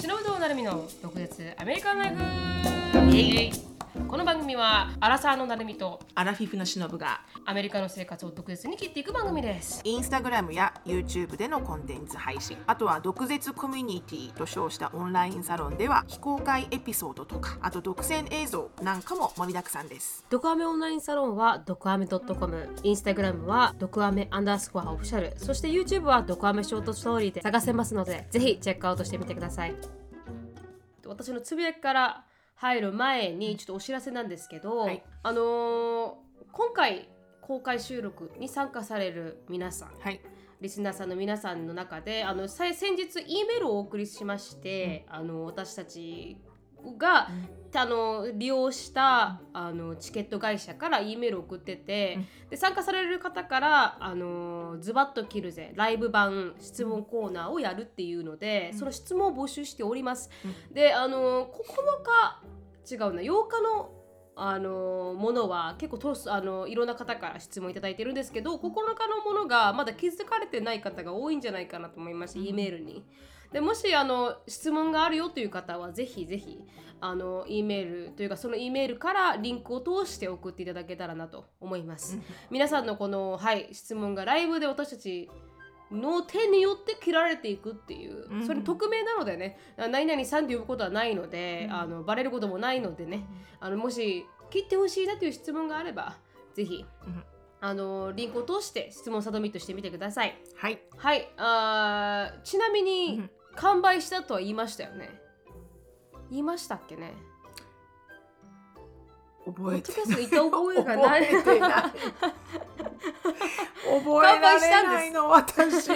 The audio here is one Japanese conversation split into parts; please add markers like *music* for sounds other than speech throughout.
忍ぶとなるみの独舌アメリカンライフこの番組はアラサーのなるみとアラフィフのしのぶがアメリカの生活を独舌に切っていく番組ですインスタグラムや YouTube でのコンテンツ配信あとは毒舌コミュニティと称したオンラインサロンでは非公開エピソードとかあと独占映像なんかも盛りだくさんですドクアメオンラインサロンはドクアメ .com インスタグラムはドクアメアンダースコアオフィシャルそして YouTube はドクアメショートストーリーで探せますのでぜひチェックアウトしてみてください私のつぶやきから入る前にちょっとお知らせなんですけど、はいあのー今回公開収録に参加される皆さんはいリスナーさんの皆さんの中であのさ先日 E メールをお送りしまして、あの私たちが、あの利用したあのチケット会社から E メールを送ってて、で参加される方から「あのズバッと切るぜ」ライブ版質問コーナーをやるっていうので、うんその質問を募集しております。うであの9日違うな8日のあのものは結構とあのいろんな方から質問いただいてるんですけど9日のものがまだ気づかれてない方が多いんじゃないかなと思いまして、うん E メールに。でもしあの質問があるよという方はぜひぜひあの E メールというかその E メールからリンクを通して送っていただけたらなと思います。皆さんのこの、はい、質問がライブで私たちの手によって切られていくっていう、うんそれ匿名なのでね「何々さん」って呼ぶことはないので、うんあのバレることもないのでねあのもし切ってほしいなという質問があればぜひ、うんあのリンクを通して質問サドミットしてみてください。はい、はいあーちなみに、うん完売したとは言いましたよね言いましたっけねポ覚ッえドてキャスト行った覚えがない覚えてない覚えられないの私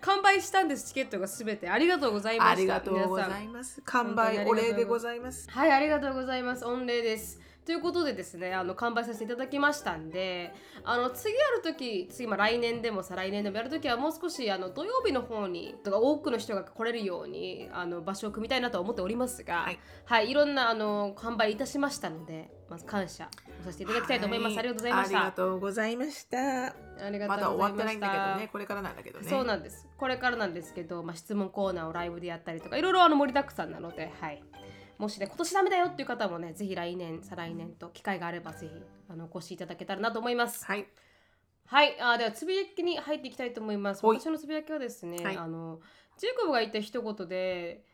完売したんですチケットがすべてありがとうございましたありがとうご皆ざさんいます完売お礼でございますはいありがとうございます御礼ですということでですねあの完売させていただきましたんであの次やる時次まあ来年でも再来年でもやる時はもう少しあの土曜日の方にとか多くの人が来れるようにあの場所を組みたいなとは思っておりますがははいい、い、ろんなあの完売いたしましたのでまず感謝をさせていただきたいと思います、はありがとうございましたありがとうございましたありがまだとう終ございまわってなしいんただけどねこれからなんだけどねそうなんですこれからなんですけど、まあ、質問コーナーをライブでやったりとかいろいろあの盛りだくさんなので、はい、もしね今年ダメだよっていう方もねぜひ来年再来年と機会があればぜひあのお越しいただけたらなと思いますはいはいあーではつぶやきに入っていきたいと思いますはい私のつぶやきはですね、はいあのジェイコブが言った一言で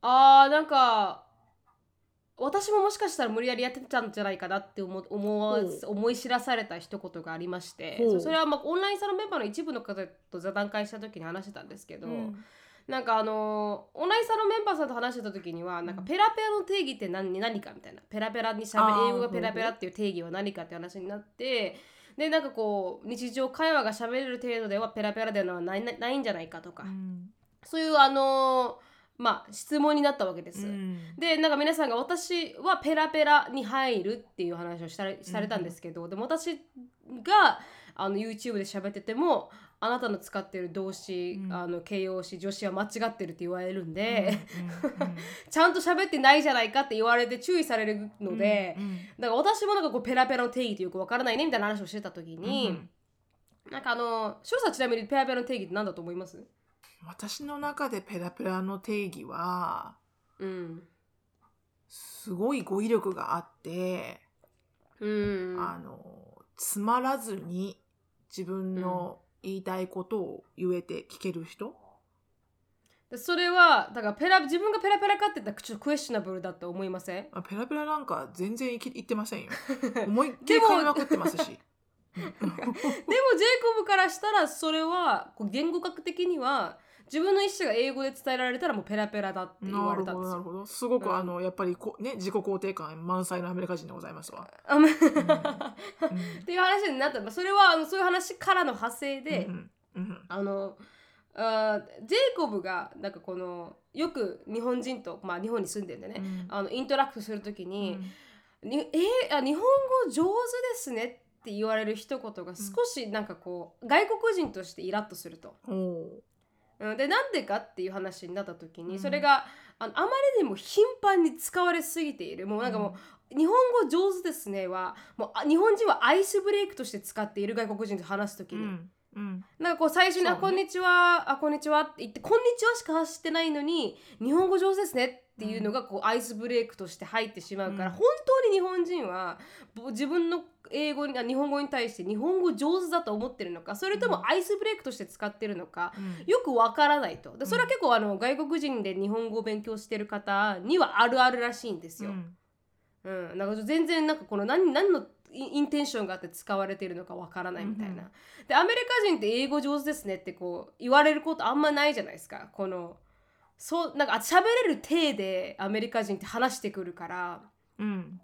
あーなんか私ももしかしたら無理やりやってたんじゃないかなって思思わほう思い知らされた一言がありましてほうそそれはまあオンラインサロンメンバーの一部の方と座談会した時に話してたんですけど、うんなんかあのーオンラインサロンメンバーさんと話してた時にはなんかペラペラの定義って何何かみたいなペラペラにしゃあーべ英語がペラペラっていう定義は何かって話になってでなんかこう日常会話が喋れる程度ではペラペラではないないないんじゃないかとか、そういうあのーまあ質問になったわけです。うんでなんか皆さんが私はペラペラに入るっていう話をしたれされたんですけど、でも私があの YouTube で喋っててもあなたの使ってる動詞、うんあの形容詞助詞は間違ってるって言われるんで、うんうんちゃんと喋ってないじゃないかって言われて注意される *laughs* ので、うんうんだから私もなんかこうペラペラの定義ってよくわからないねみたいな話をしてた時に、うんなんかあの翔さんちなみにペラペラの定義って何だと思います私の中でペラペラの定義はうん、すごい語彙力があって、うん、あのつまらずに自分の言いたいことを言えて聞ける人、でそれはだからペラ自分がペラペラかって言ったらちょっとクエスチョナブルだって思いませんあペラペラなんか全然いき言ってま *laughs* せんよ思いっきり噛みまくってますしでもジェイコブからしたらそれはこう言語学的には自分の意思が英語で伝えられたらもうペラペラだって言わなれるたんほでどすなるよ。ほどすごうくんあの、やっぱりこね自己肯定感満載のアメリカ人でございますわ、あまっうんうんていう話になったまあそれはあのそういう話からの派生 *laughs* で、うんうんあのあージェイコブがなんかこのよく日本人と、まあ、日本に住んでんでうね、んあのイントラクトするときに、うんにえーあ日本語上手ですね」って言われる一言が少しなんかこう、外国人としてイラッとすると。ほううん、でなんでかっていう話になった時に、うんそれがあのあまりにも頻繁に使われすぎているもうなんかもう、日本語上手ですねはもうあ日本人はアイスブレイクとして使っている外国人と話す時うに、んうん、なんかこう最初に「そうあねこんにちはあこんにちは」って言って「こんにちは」しか発してないのに「日本語上手ですね」っていうのがこうアイスブレイクとして入ってしまうから、うん本当に日本人はぼ自分の英語にあ日本語に対して日本語上手だと思ってるのかそれとうもんアイスブレイクとして使ってるのかうんよくわからないとでんそれは結構あの外国人で日本語を勉強してる方にはあるあるらしいんですよ。うんうん、なんか全然なんかこの何何のインインテンションがあって使われているのかわからないみたいな、うんうんでアメリカ人って英語上手ですねってこう言われることあんまないじゃないですかこのそうなんかあ喋れる体でアメリカ人って話してくるからうん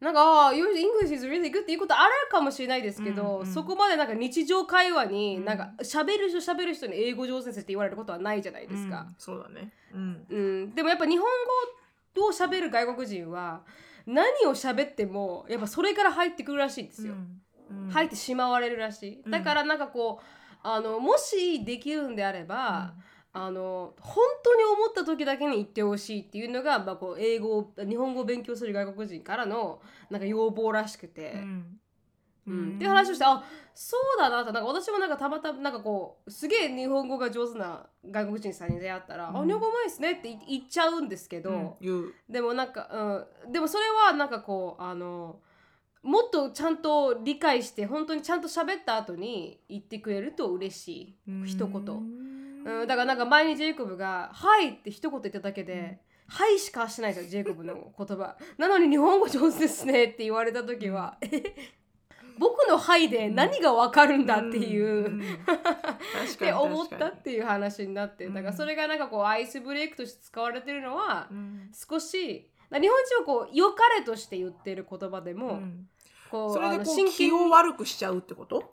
なんか「ああ Your English is really good」っていうことあるかもしれないですけど、うんうんそこまでなんか日常会話にうんなんか喋る人喋る人に英語上手ですって言われることはないじゃないですか。うんそうだねうんうん、でもやっぱ日本語を喋る外国人は何を喋ってもやっぱそれから入ってくるらしいんですよ、うん入ってしまわれるらしいだからなんかこうあのもしできるんであれば、あの本当に思った時だけに言ってほしいっていうのが、まあ、こう英語を日本語を勉強する外国人からのなんか要望らしくて。うんう、うんんっていう話をしてあそうだなとなんか私もなんかたまたまなんかこうすげえ日本語が上手な外国人さんに出会ったら「うんあ日本語うまいですね」って言言っちゃうんですけど、うん言うでもなんか、うん、でもそれはなんかこうあのもっとちゃんと理解して本当にちゃんと喋った後に言ってくれると嬉しい、一言うん、だからなんか前にジェイコブが「はい」って一言言っただけで「はい」しかしてないじゃんジェイコブの言葉なのに「日本語上手ですね」って言われた時は「え僕の「はい」で何がわかるんだっていう。んんっ確かてに思っ確たかっていう話になってだからそれがなんかこうアイスブレイクとして使われてるのはにうん少しだから日本人はこう良かれとして言ってる言葉でも、うんこうそれあでのこ真う気剣にを悪くしちゃうってこと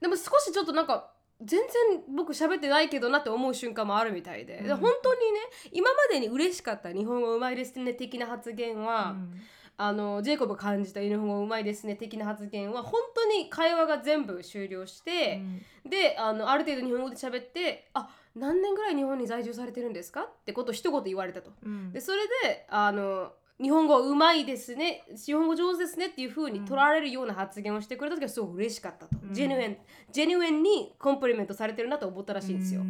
でも少しちょっとなんか全然僕喋ってないけどなって思う瞬間もあるみたいで、うんで本当にね今までに嬉しかった日本語うまいですね的な発言は、うんあのジェイコブが感じた日本語うまいですね的な発言は本当に会話が全部終了して、であのある程度日本語で喋って「あ何年ぐらい日本に在住されてるんですか?」ってことを一言言われたと。うんでそれであの日本語うまいですね日本語上手ですねっていう風に取られるような発言をしてくれた時はすごく嬉しかったと、うんジェニュエンジェニュエンにコンプリメントされてるなと思ったらしいんですよ。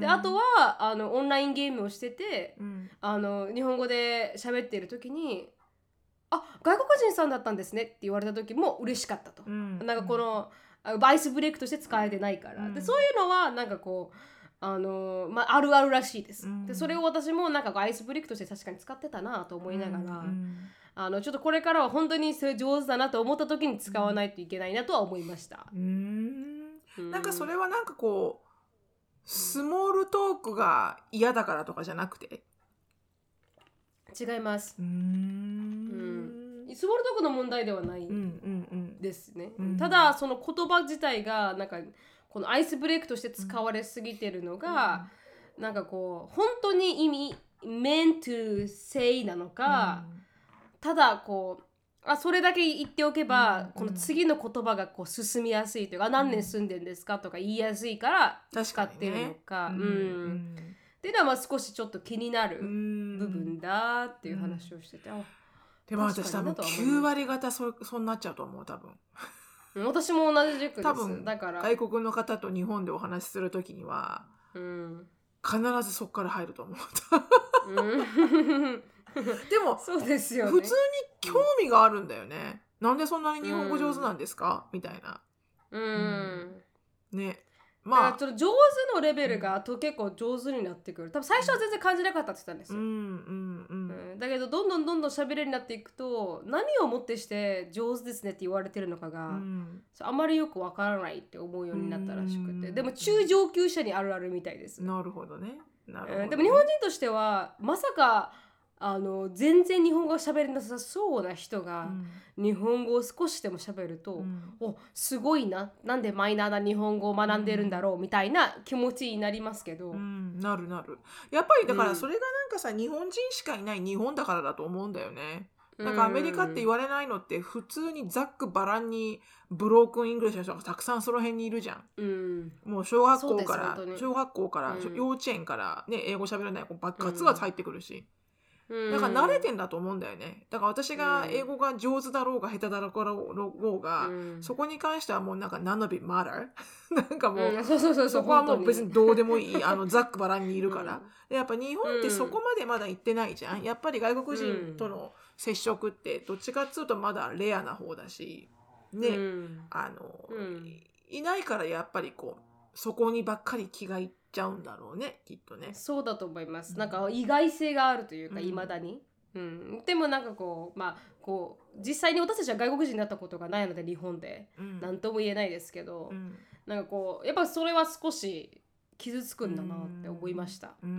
であとは、はあのオンラインゲームをしててうんあの日本語で喋っている時に「あ外国人さんだったんですね」って言われた時も嬉しかったと。なんかこ、の、あアイスブレイクとして使えてないから、うんでそういうのはなんかこうあのーまあ、あるあるらしいです、うんでそれを私もなんかこうアイスブレイクとして確かに使ってたなと思いながら、あのちょっとこれからは本当にそれ上手だなと思った時に使わないといけないなとは思いました、うんうなんかそれはなんかこうスモールトークが嫌だからとかじゃなくて違いますうーんスモールトークの問題ではないうんうんですね、うんただその言葉自体がなんかこのアイスブレイクとして使われすぎてるのが、なんかこう本当に意味 meant to say なのか、ただこうあそれだけ言っておけば、うんこの次の言葉がこう進みやすいというか、あ何年住んでんですかとか言いやすいから確使かっにてるのねか、うんうんっていうのはまあ少しちょっと気になうるん部分だっていう話をしてて、あでも私多確かにな分とは思います9割方そそうなっちゃうと思う多分うん私も同じ塾で多す分だから、外国の方と日本でお話しするときにはうん必ずそこから入ると思う *laughs* うんでも *laughs* そうですよね普通に興味があるんだよね、なんでそんなに日本語上手なんですか、みたいなうんねまあ、まあちょっと上手のレベルがあと結構上手になってくる多分最初は全然感じなかったって言ったんですうよ、んうんううんんだけどどんどんどんどん喋れるようになっていくと何をもってして上手ですねって言われてるのかが、うんそうあまりよくわからないって思うようになったらしくて、うんでも中上級者にあるあるみたいです、なるほどねなるほどね、うんでも日本人としてはまさかあの全然日本語が喋れなさそうな人が日本語を少しでも喋ると、うんうんおすごいななんでマイナーな日本語を学んでるんだろうみたいな気持ちになりますけど、うんなるなるやっぱりだかうらんそれがなんかさ、日本人しかいない日本だからだと思うんだよねなんかアメリカって言わわれないのって普通にざっくばらんにブロークンイングリッシュの人がたくさんその辺にいるじゃんうんもう小学校かそうです本当らに小学校から、うん幼稚園からね英語喋れない子爆発が入ってくるし、ううんだから慣れてんだと思うんだよねだから私が英語が上手だろうが下手だろうが、うんそこに関してはもうなんか none of it matter *laughs* なんかもう、うんそうそうそうそうそこはもう別に本どうでも *laughs* いいあのざっくばらんにい当るから、でやっぱ日本ってそこまでまだ行ってないじゃんやっぱり外国人との接触ってどっちかっつうとまだレアな方だしね、うんあの、うんいないからやっぱりこうそこにばっかり気がいっちゃうんだろうねきっとね。そうだと思いますなんか意外性があるというかうんいま、未だに、うん、でもなんかこうまあこう実際に私たちは外国人になったことがないので日本でうん何とも言えないですけど、うんなんかこうやっぱそれは少し傷つくんだなって思いました。ううん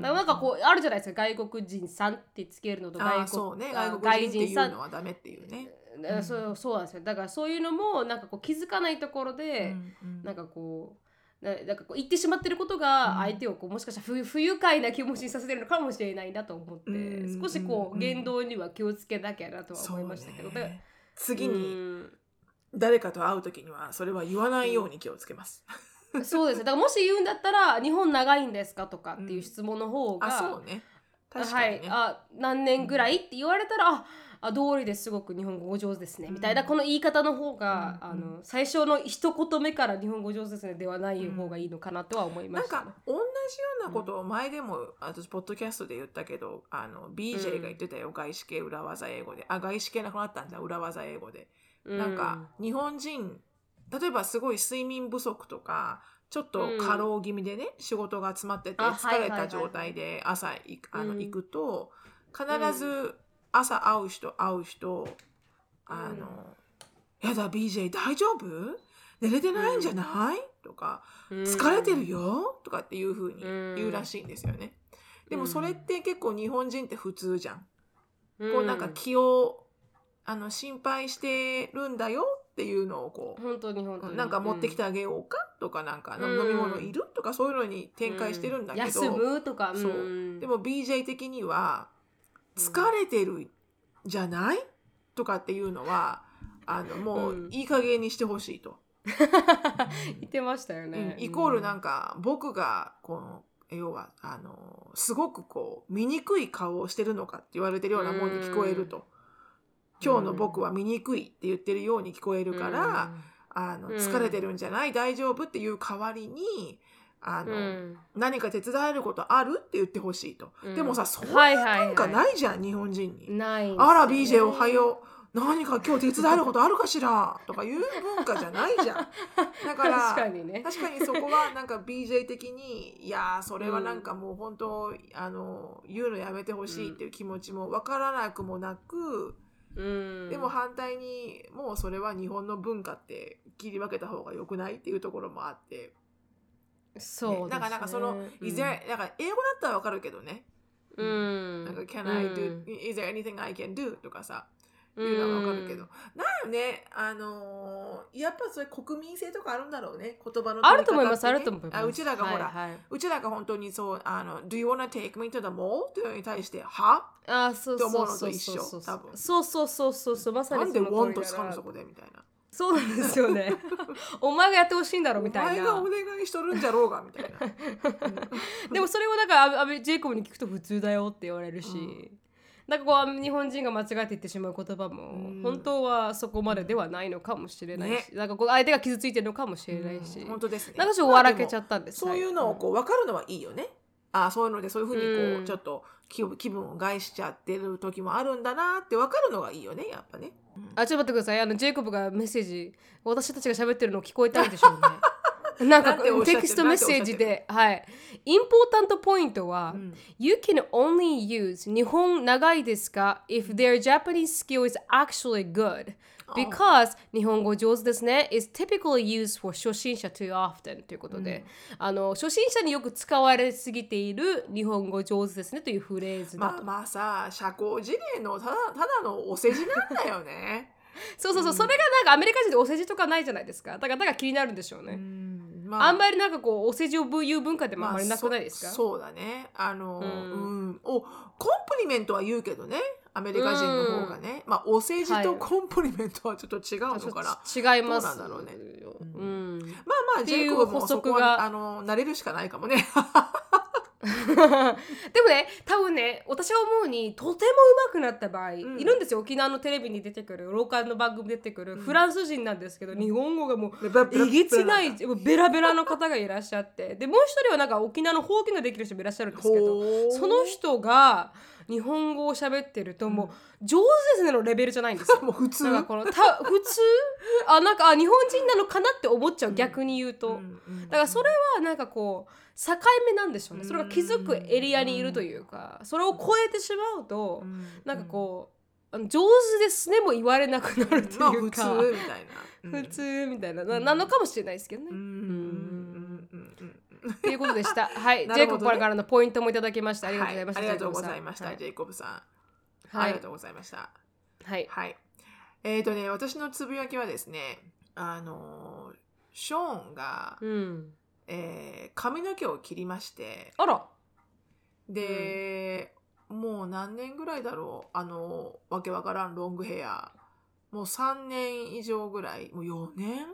んだからなんかこうあるじゃないですか外国人さんってつけるのとあ外国ーそうねあ外国人って外いうのはダメっていうね。えーそうそうなんですよだからそういうのもなんかこう気づかないところで、うんなんかこうななんかこう言ってしまってることがうん相手をこうもしかしたら不不愉快な気持ちにさせてるのかもしれないなと思って、うん少しこううん言動には気をつけなきゃなとはそう思いねましたけど、だから次にう誰かと会う時にはそれは言わないように気をつけます。んそうですねだからもし言うんだったら「日本長いんですか?」とかっていう質問の方が、あそうね確かにね。はい、あ何年ぐらいって言われたら、ああ道理ですごく日本語お上手ですね、みたいなうんこの言い方の方が、うんあの最初の一言目から日本語上手ですねではない方がいいのかなとは思いまなんした、か同じようなことを前でも、私ポッドキャストで言ったけどあの BJ が言ってたよ、外資系裏技英語であ外資系なくなったんだ裏技英語で、うなんか日本人例えばすごい睡眠不足とかちょっと過労気味でね、仕事が詰まっててあはい疲はれいはいはいた状態で朝行くあのうん行くと必ず朝会う人会う人あの「やだ BJ 大丈夫寝れてないんじゃない?」とかうん疲れてるよとかっていう風に言うらしいんですよね。んでもそれって結構日本人って普通じゃん。うんこうなんか気をあの心配してるんだよっていうのをこ本当に本当うになんか持ってきたてあげようかとかなんかうん飲み物いるとかそういうのに展開してるんだけ休どむとかそうんでも BJ 的にはうん疲れてるじゃないとかっていうのはあのもううんいい加減にしてほしいと。 *laughs* *laughs* 言ってましたよね、うんイコールなんか、か僕がこの要はあのすごくこう醜い顔をしてるのかって言われてるようなもんに聞こえると、今日の僕は醜いって言ってるように聞こえるから、あのうん疲れてるんじゃない大丈夫っていう代わりにあうん、の、何か手伝えることあるって言ってほしいと、うんでもさそんはないはいはいなんかないじゃん、日本人に。ないんですよねあら BJ おはよう何か今日手伝えることあるかしらとかいう文化じゃないじゃん。だから *laughs* 確かにね *laughs* 確かにそこはなんか BJ 的にいやーそれはなんかもう本当、あの言うのやめてほしいっていう気持ちもわからなくもなく、うんでも反対にもうそれは日本の文化って切り分けた方が良くないっていうところもあって、そうです、ね、なんかなんかそうの、んいずれなんか英語だったらわかるけどね、うん、なんか Can I do、うん Is there anything I can do とかさ、うんいうのはわかるけど、なんよねあのーやっぱそれ国民性とかあるんだろうね言葉の取り方ってね、あると思います、あると思います。あうちらがほら、はいはいうちらが本当にそうあの「Do you wanna take me to the mall?」っていうのに対して「はあ、そうそうそうそうって思うのとそう一緒多分そうそうそうそうそう、まさなにんでそ want の通り使うだのなそこで」みたいなそうなんですよ *laughs* ね。お前がやってほしいんだろ「おみたい前がなお。願いしとるんじゃろうが」み *laughs* たいなでもそれをなんかああべジェイコブに聞くと普通だよって言われるし。うんなんかこう日本人が間違えて言ってしまう言葉も、うん本当はそこまでではないのかもしれないし、なんかこう相手が傷ついてるのかもしれないし、うん本当ですねなんかちょっと笑けちゃっったんです、そういうのをこう分かるのはいいよねあそういうのでそういうふうにこう、うんちょっと気分気分を害しちゃってる時もあるんだなって分かるのがいいよねやっぱね、うんあちょっと待ってくださいあのジェイコブがメッセージ私たちが喋ってるの聞こえたいでしょう *laughs* ねなんかなんておっしゃってるテキストメッセージではいインポータントポイントは、うん You can only use 日本長いですか if their Japanese skill is actually good あ because 日本語上手ですね is typically used for 初心者 too often ということで、あの初心者によく使われすぎている日本語上手ですねというフレーズだまとあまあさ社交辞令のただただのお世辞なんだよね。そうそうそう、それがなんかアメリカ人でお世辞とかないじゃないですかだからだから気になるんでし *laughs* ょうね、うんあんまりなんかこうお世辞を言う文化でもあんまりなくないですか、まあそそうだね。あの、ううんん、おコンプリメントは言うけどね。アメリカ人の方がね。まあお世辞とコンプリメントはちょっと違うのかな。ちょっと違いますどうなんだろうねうん *laughs* まあまあっジていェうイコブもそこ補足はがあの慣れるしかないかもね。でもね多分ね私は思うにとても上手くなった場合、んいるんですよ沖縄のテレビに出てくるローカルの番組に出てくる、うんフランス人なんですけど日本語がもうでブラブラブラえげつ *laughs* ないベラベラの方がいらっしゃってでもう一人はなんか沖縄の方言ができる人もいらっしゃるんですけど *laughs* ほうその人が日本語を喋ってるともう上手ですねのレベルじゃないんですよ。もう普通 *laughs* なんかこのた普通あなんかあ日本人なのかなって思っちゃう逆に言うと、うんうんだからそれはなんかこう境目なんでしょうねそれが気づくエリアにいるというかそれを超えてしまうとうんなんかこうあの上手ですねも言われなくなるとまいあ普う通か、みたいな、うん普通みたいなななのかもしれないですけどね。うんうんうんうんうんということで *laughs* した。はい、なジェるイコほどねブからのポイントもいただきました。ありがとうございました。はいありがとうございましはたジェイコブさん、あいりがとうございましたはい。はいえっ、とね私のつぶやきはですねあのーショーンが、うん。えー髪の毛を切りましてあら。で、もう何年ぐらいだろうあのわけわからんロングヘアもう3年以上ぐらいもう4年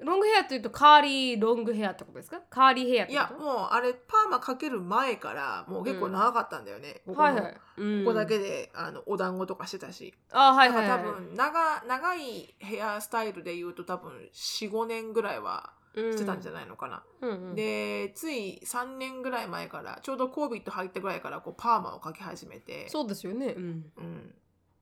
ロングヘアというとカーリーロングヘアってことですか？カーリーヘアっいてこと？やもうあれパーマかける前からもう結構長かったんだよね、ここはいのはい。うんここだけ。で、あのお団子とかしてたし、あはいはだい、かはらい。多分長長いヘアスタイルで言うと多分45年ぐらいはしてたんじゃない？ないのかな、うんうん、でつい3年ぐらい前からちょうど COVID 入ったぐらいからこうパーマをかけ始めてそうですよね。うん。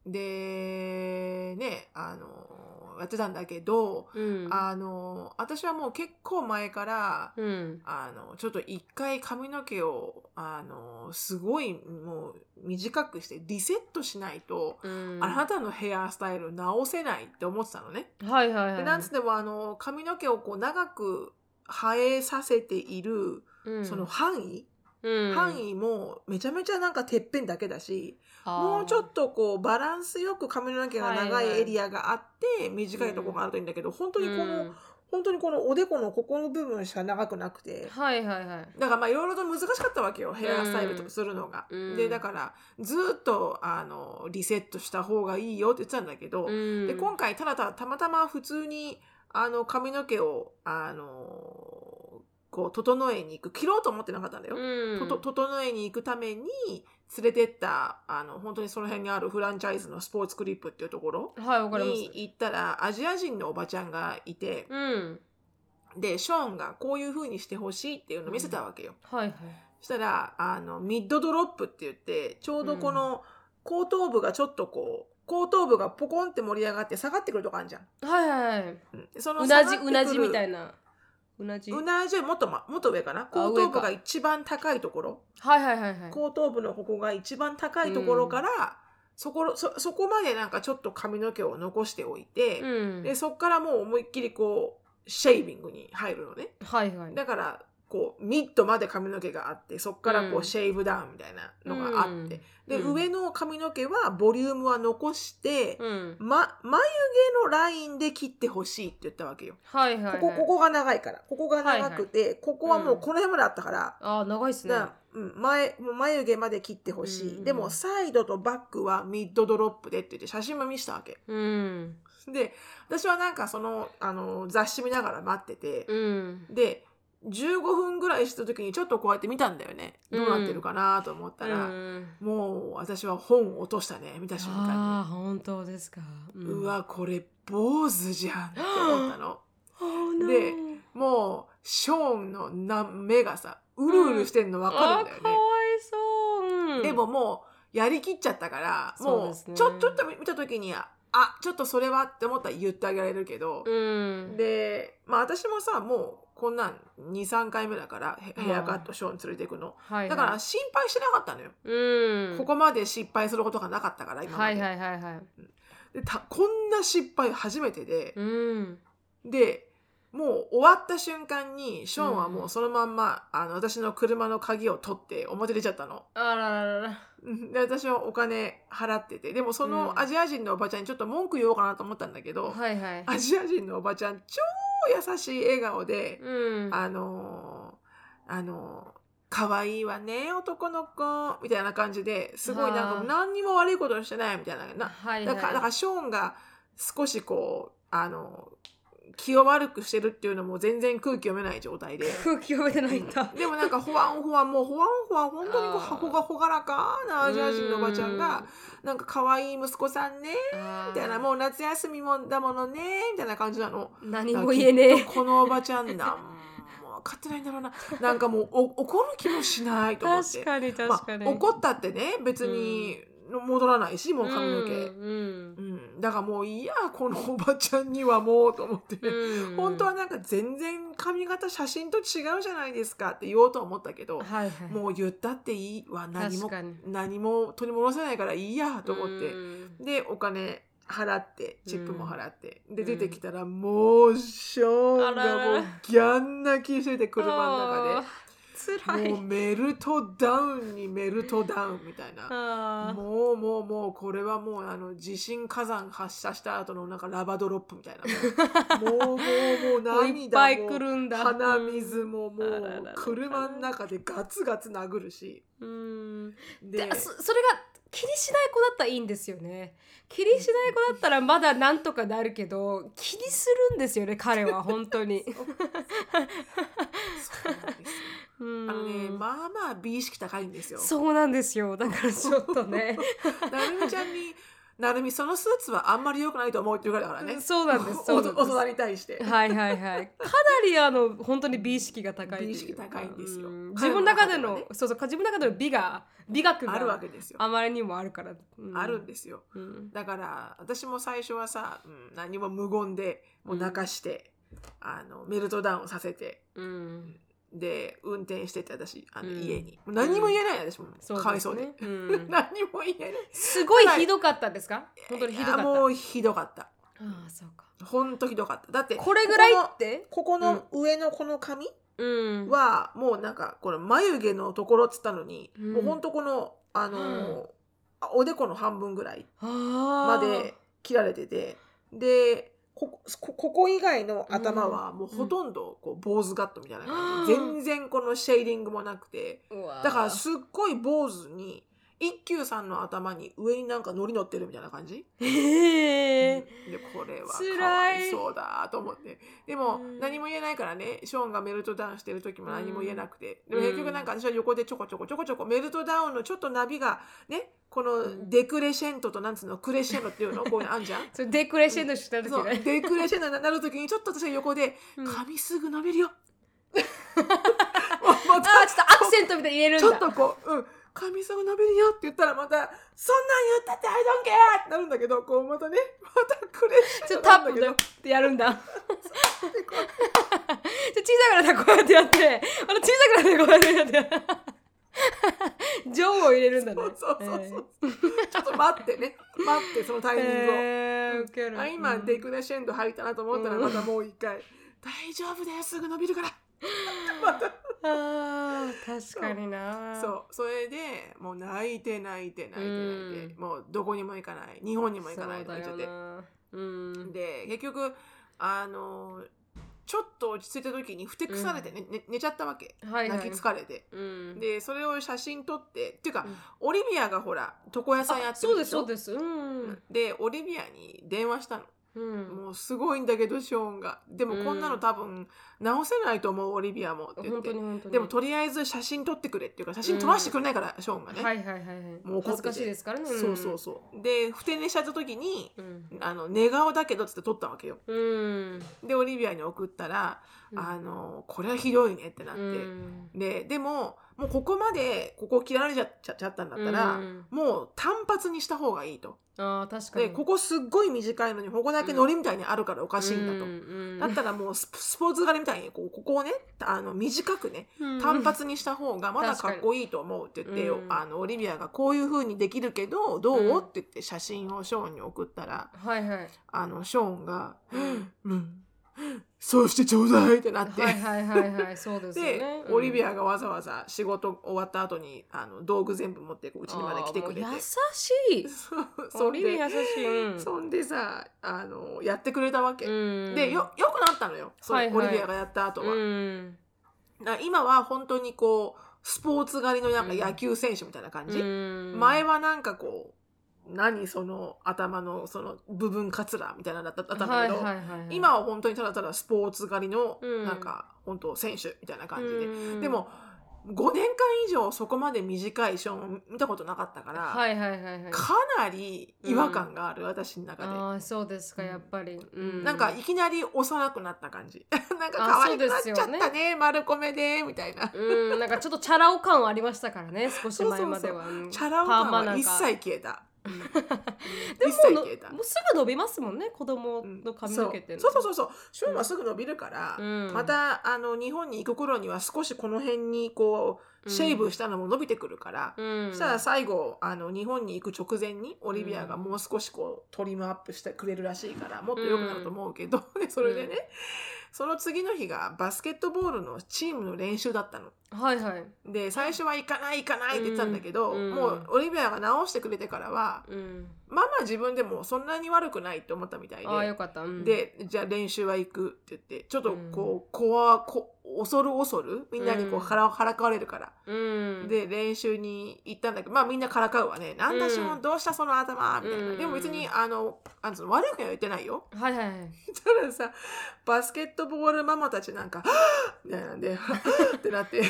うん、でねあのやってたんだけど、うん。あの私はもう結構前から、うん。あのちょっと一回髪の毛をあのすごいもう短くしてリセットしないと、うん。あなたのヘアスタイル直せないって思ってたのね。はいはいはい。でなんつってもあの髪の毛をこう長く生えさせているうん、その範囲、うん、範囲もめちゃめちゃなんかてっぺんだけだし、あーもうちょっとこうバランスよく髪の毛が長いエリアがあって、短いところがあるといいんだけど本当にこの、うん本当にこのおでこのここの部分しか長くなくて。はいはいはい。だからまあいろいろと難しかったわけよヘアスタイルとかするのが。うんでだからずっとあのリセットした方がいいよって言ってたんだけど、うん、で今回ただただたまたま普通にあの髪の毛をあのこう整えに行く切ろうと思ってなかったんだよ。うん、とと整えに行くために連れてったあの本当にその辺にあるフランチャイズのスポーツクリップっていうところはいわかります。に行ったらアジア人のおばちゃんがいてうん。でショーンがこういう風にしてほしいっていうのを見せたわけよ。はいはい。そしたらあのミッドドロップって言ってちょうどこの後頭部がちょっとこう後頭部がポコンって盛り上がって下がってくるとこあるじゃん。はいはいはい。うんそのう下ながっじてくるうなじみたいな。うなじ。うはいなじはもっと,、ま、もっと上かな後頭部が一番高いところはいはいはい。後頭部のここが一番高いところから、そこそそこまでなんかちょっと髪の毛を残しておいて、うん。でそこからもう思いっきりこうシェービングに入るのねはいはい。だからこうミッドまで髪の毛があってそこからこうんうシェーブダウンみたいなのがあって、うんで、うん上の髪の毛はボリュームは残して、うん。ま、眉毛のラインで切ってほしいって言ったわけよ。はいはいはい。ここここが長いからここが長くて、ここはもうこの辺まであったから、ああ、長いっすね。だからうん、前もう眉毛まで切ってほしい、うんうんでもサイドとバックはミッドドロップでって言って写真も見せたわけうん。で私はなんかそのあの雑誌見ながら待ってて、うん。で15分ぐらいした時にちょっとこうやって見たんだよねどうなってるかなと思ったうら、んもう私は本を落としたね見た瞬間ああ、本当ですか。に、んう。わこれ坊主じゃんって思った *laughs* での。で、もうショーンのな目がさうるうるしてんの分かるんだよあーかねわ、いそう。うんでも、もうやりきっちゃったからそうもでうすねちょちょっと見た時にはあちょっとそれはって思ったら言ってあげられるけど、うん。でまあ私もさもうこんなん23回目だからヘうんヘアカットショーン連れていくのはいはい、だから心配してなかったのよ、うん。ここまで失敗することがなかったから今まはで,、いはいはいはい。でたこんな失敗初めてで、うん。でもう終わった瞬間にショーンはもうそのまんま、あの私の車の鍵を取って表出ちゃったの。 *laughs* あらららら。うんで私はお金払っててでもそのアジア人のおばちゃんにちょっと文句言おうかなと思ったんだけど、はいはい。アジア人のおばちゃん超優しい笑顔で、うん。あのーあのー可愛いわね男の子みたいな感じですごいなんはあか何にも悪いことしてないみたいななはいはい。だからだからショーンが少しこうあの気を悪くしてるっていうのも全然空気読めない状態で。空気読めてない *laughs* んだ。でもなんかほわんほわんもうほわんほわん本当にこあーう箱がほがらかなアジア人のおばちゃんがなんか可愛い息子さんねあーみたいなもう夏休みもだものねみたいな感じなの。何も言えねきっとこのおばちゃんなんも分かってないんだろうななんかもうお怒る気もしないえ。と思って確かに確かに。まあ、怒ったってね別に戻らないしもう髪の毛、うんうんうん、だからもういいやこのおばちゃんにはもうと思って、うん本当はなんか全然髪型写真と違うじゃないですかって言おうと思ったけど、はいはい。もう言ったっていいわ何確もかに。何も取り戻せないからいいやと思って、うんでお金払ってチップも払って、うでん出てきたらもうショーンあらがらもらうギャン泣きしてて車の中。あーで辛もうい。メルトダウンにメルトダウンみたいな。あーもうもうもうこれはもうあの地震火山発射した後のなんかラバドロップみたいなもうもうもうもういっ涙ぱいも来るんだ。鼻水ももあらららうら車の中でガツガツ殴るしうん。ででそそれが気にしない子だったらいいんですよね気にしない子だったらまだなんとかなるけど気にするんですよね彼は本当にそうなんですようんあのねまあまあ美意識高いんですよ。そうなんですよだからちょっとねなるみちゃんに「なるみそのスーツはあんまり良くないと思う」って言うからだからね。そうなんですそうおなんです大人に対して。はいはいはいかなりあの本当に美意識が高いというか美意識高いんですよう自彼分のの中中でではねのそうそう自分の中での美が美学あるわがけですよ。あまりにもあるから、うんあるんですよ。うんだから私も最初はさ、うん、何も無言でもう泣かして、あのメルトダウンさせてうんで運転してて私あの、うん家にもう何も言えない私も、そうかわいそうで。すねう *laughs* ん何も言えない。すごいひどかったですか本当にひどかったいやもうひどかった。ああそうかほんとひどかった。だって、これぐらいってここの上のこの髪うんはもうなんかこの眉毛のところっつったのに、うんもうほんとこのあのーあおでこの半分ぐらいままで切られててでこここここ以外の頭はもうほとんどこう坊主ガットみたいな感じ、うん全然このシェーディングもなくてだからすっごい坊主に一休さんの頭に上になんかのり乗ってるみたいな感じ、へえでこれは辛いかわいそうだと思ってでもうん何も言えないからねショーンがメルトダウンしてる時も何も言えなくて、うんでも結局なんか私は横でちょこちょこちょこちょこメルトダウンのちょっとナビがねこんのデクレシェントとなんつうのクレシェントっていうのこういうのあんじゃん *laughs* それデクレッシェンドした時そうねデクレシェントになる時にちょっと私は横で「うん髪すぐ伸び *laughs* るよ」まあたーちょっとアクセントみたいに言えるんちょだっとこう「うん髪すぐ伸びるよ」って言ったらまた「そんなん言ったってアイドンケア!」ってなるんだけどこうまたねまたクレシちェょっとントタなんッだプけどでやるんだでこうちょ小さくなったらこうやってやってあの小さくなったらこうやってやってジョンを入れるんだねそうそうそうそう。ちょっと待ってね。待って、そのタイミングを。えー、ウケるあ今、うんデクレッシェンド入ったなと思ったら、うんまたもう一回。大丈夫だよ、すぐ伸びるから。あー確かになそう。それで、もう泣いて泣いて泣いて泣いて、うもうどこにも行かない。日本にも行そかうないとかだ言よっちゃって。なうんで、結局、あの、ちょっと落ち着いた時にふてくされて、ねね寝ちゃったわけ。はいはい泣き疲れて。うんで、それを写真撮って、っていうか、うんオリビアがほら、床屋さんやあってそるうでですしょそうですうんで、オリビアに電話したの。うんもうすごいんだけどショーンがでもこんなの多分直せないと思うオリビアもって言っ本当てに本当にでもとりあえず写真撮ってくれっていうから写真撮らせてくれないから、ショーンがね、はいはいはいはいもう怒ってて恥ずかしいですからねそうそうそうで不定にしちゃった時にうんあの寝顔だけどっつって撮ったわけようんでオリビアに送ったら、うんあのこれはひどいねってなって、うんででももうここまでここ切られちゃちゃちゃったんだったら、うんもう単発にした方がいいと。あー確かにで、ここすっごい短いのに、ここだけノリみたいにあるからおおかしいんだと。だだったらもうスポスポーツ狩りみたいにこうここをねあの短くね単発にした方がまだかっこいいと思うって言って、うんあのオリビアがこういう風にできるけどどう、うんって言って写真をショーンに送ったらはいはいあのショーンが「ううんん、そうしてちょうだい」ってな *laughs* って、はいはいはいはいそうですよで、ねオリビアアがわざわざ仕事終わった後にあの道具全部持ってこううちにまで来てくれて優しいそう *laughs* そオんリビでア優しいそんでさあのやってくれたわけ。うんでよよくなったのよ、そはれいはいオリビアがやった後は。うんだから今は本当にこうスポーツ狩りのなんかうん野球選手みたいな感じ、うん前はなんかこう何その頭のその部分かつらみたいなのだっただったんだはけいど、はいはいはい、今は本当にただただスポーツ狩りのうんなんか、本当選手みたいな感じで、じでも5年間以上そこまで短いショーンを見たことなかったから、はいはいはいはいかなり違和感がある、私の中で。ああそうですかやっぱり、うん、なんかいきなり幼くなった感じ *laughs* なんか可愛くなっちゃあっそうですたよね丸米でみたいな、うん、なんかちょっとチャラ男感はありましたから *laughs* ね少し前まではうんチャラパー男マ感なはん一か切消えたうんでも一切の消えたもうすぐ伸びますもんね子供の髪の毛って、うんそうそううそうそうショーンはすぐ伸びるから、うんまたあの日本に行く頃には少しこの辺にこうシェイブしたのも伸びてくるから、うん、そしたら最後あの日本に行く直前にオリビアがもう少しこうトリムアップしてくれるらしいからもっと良くなると思うけど、で *laughs* それでね、うその次の日がバスケットボールのチームの練習だったの。はいはい、で最初は行かない行かないって言ってたんだけど、うんうんもうオリビアが直してくれてからはうん、まあまあ自分でもそんなに悪くないって思ったみたいで。ああよかった、うん、でじゃあ練習は行くって言ってちょっとこう怖こ恐る恐るみんなにこううんからからかわれるから、うん、で練習に行ったんだけどまあみんなからかうわね「なんだしもうんんどうしたその頭」みたいな、うんでも別にあのあのその悪いことは言ってないよ *laughs* はいはいはいたださバスケットボールママたちなんか *gasps* 「はぁみたいなんで「 *laughs* はぁってなって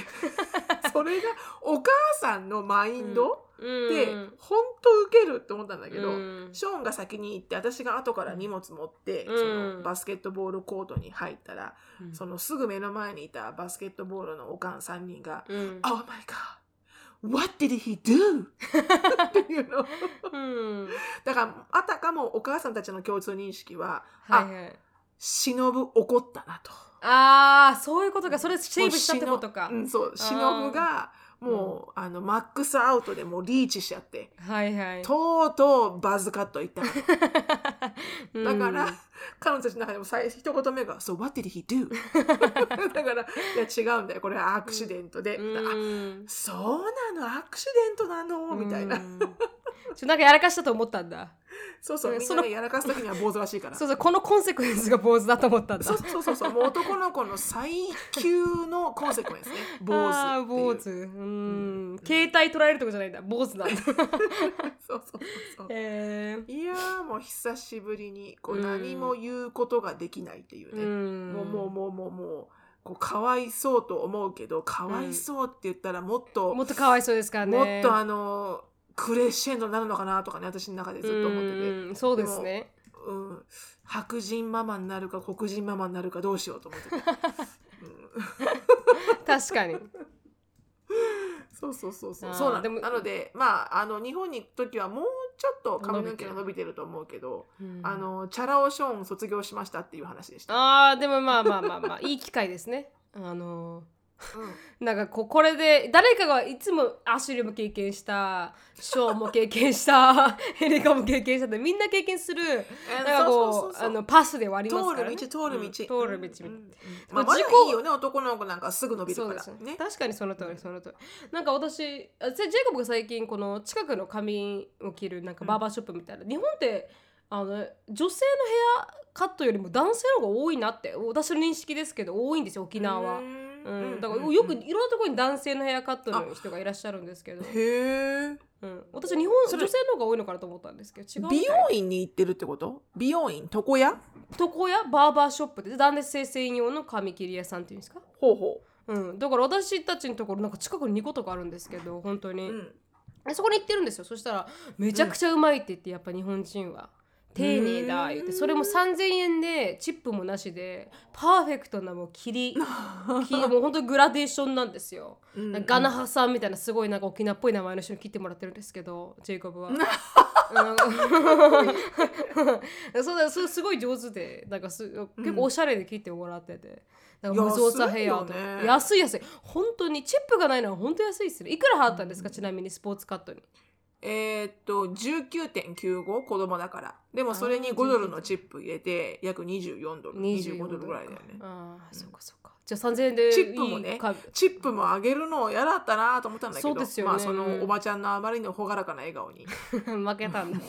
それがお母さんのマインドでうん本当ウケるって思ったんだけど、うんショーンが先に行って私が後から荷物持って、うんそのバスケットボールコートに入ったら、うんそのすぐ目の前にいたバスケットボールのおかん3人がうん「Oh my god! What did he do?」って *laughs* いうのうんだからあたかもお母さんたちの共通認識ははいはい「忍ぶ怒ったな」と。ああそういうことかそれセーブしたってことか、もう忍うん、そう忍ぶがもう、あのマックスアウトでもうリーチしちゃって。はいはいとうとうバズカットいったのだか *laughs* うらん、彼女たちの中でも最一言目が「So what did he *laughs* do?」だから「いや違うんだよこれはアクシデントで」あうんそうなのアクシデントなの」みたいな、うんちょっとなんかやらかしたと思ったんだそうそううんみんそなのねやらかす時には坊主らしいからそうそうこのコンセクエンスが坊主だと思ったんだそうそうそうそうもう男の子の最級のコンセクエンスね坊 *laughs* 主あー坊っ主ていううーん携帯取られるとこじゃないんだ坊主 *laughs* なんだそうそうそうそうへーいやーもう久しぶりにこううん何も言うことができないっていううね、んもうもうもうもうもうこうかわいそうと思うけどかわいそうって言ったらもっと、もっとかわいそうですからねもっとあのクレッシェンドになるのかなとかね私の中でずっと思ってて、うんうんそうですね白人ママになるか黒人ママになるかどうしようと思って *laughs* て、うん確かにそうそうそうそあうーそうなでのもなのでまああの日本に行く時はもうちょっと髪の毛が伸びてると思うけど、あのチャラオショーン卒業しましたっていう話でした。あーでもまあまあまあまあいい機会ですねあのうんなんかここれで誰かがいつもアシュリーも経験したショーンも経験した *laughs* ヘリカも経験したってみんな経験するなんかこうあのパスで割ります通からねる道通る道、うん通る道うんみうたいなんまあ、まあまだい事故いよね男の子なんかすぐ伸びるそうかでらすねね確かにその通りその通りなんか私あジェジェイコブが最近この近くの髪を切るなんかバーバーショップみたいな、日本ってあの女性のヘアカットよりも男性の方が多いなって私の認識ですけど多いんですよ沖縄は、うんだからよくいろんなところに男性のヘアカットの人がいらっしゃるんですけど、へえうん、私日本それ女性の方が多いのかなと思ったんですけど違うみたい美容院に行ってるってこと美容院床屋床屋バーバーショップで男性専用の髪切り屋さんっていうんですかほうほうん、だから私たちのところなんか近くに2個とかあるんですけど本当うに、ん、でそこに行ってるんですよそしたらめちゃくちゃうまいって言ってやっぱ日本人は丁寧だ言ってそれも3,000円でチップもなしでパーフェクトなもう切り切りもう本当にグラデーションなんですよ、ガナハさんみたいなすごいなんか沖縄っぽい名前の人に切ってもらってるんですけどジェイコブ *laughs* は。うんなんかそうだそれすごい上手でなんかす結構おしゃれで切ってもらってて、なんか無造作ヘアとか安いよね安い安い本当にチップがないのは本当安いですねいくら払ったんですか、ちなみにスポーツカットにえーっと19.95子供だからでもそれにあー5ドルのチップ入れて約24ドル25ドルぐらいだよねああ、うんそうかそうかじゃあ3000円でいいチップもね *laughs* か *laughs* チップも上げるの嫌だったなと思ったんだけどそうですよねまあ、そうんのおばちゃんのあまりの朗らかな笑 *laughs* 顔に負けたんだ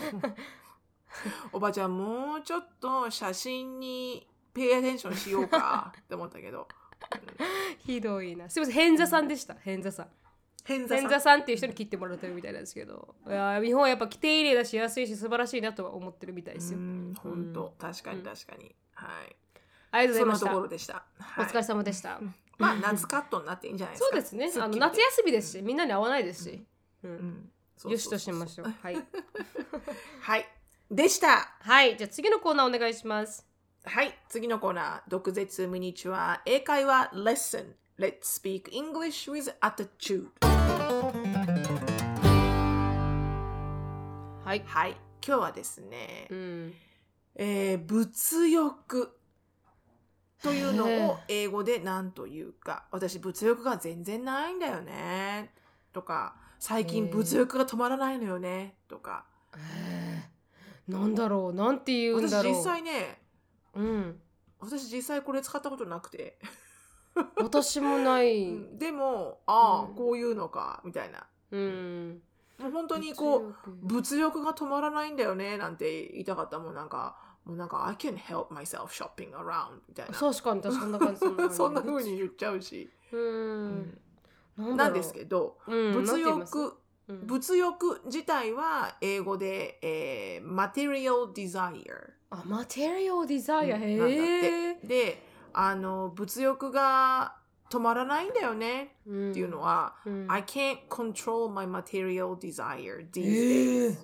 おばちゃんもうちょっと写真にペイアテンションしよう *laughs* かって思ったけどひどいなすいません偏座さんでした偏座さん変座さ前ん座さんっていう人に切ってもらってるみたいなんですけどいやー日本はやっぱ手入れだし安いし素晴らしいなとは思ってるみたいですよ、うん本うん当確かうにん確かに、はいありがとそうごのざといこまろしでした、たはおい疲れ様でした、まあ夏カットになっていいんじゃないですそかうですねすっきありので夏休みですしみんなに会わないですし、ううんんそうそうそうそうよしとしましょうはい、はいでしたはい、じゃあ次のコーナーお願いしますはい、次のコーナー、毒舌ミニチュア英会話レッスン Let's speak English with attitude はいはい、今日はですね、うんえー物欲というのを英語で何というか私物欲が全然ないんだよねとか最へ近ー物欲が止まらないのよねとかえーなんだろうなんて言うん私だろう実際ねうん、私実際これ使ったことなくて、私もない、 *laughs* うんでもああ、うんこういうのかみたいなうん、もう本当にこう物欲物欲が止まらないんだよねなんて言いたかったもんなんかもうなんか I can help myself shopping around みたいな確かに確かにそんな感じそんな感じ *laughs* そんな風に言っちゃうし、うん、なんだなろうんですけど、うん物なんて言います欲うん物欲自体は英語で、えー、material desire あ、マテリアルデザイア、うんへなんだってえ。であの物欲が止まらないんだよねっっていうの、は、うん、 I can't control my material desire へ these days、ー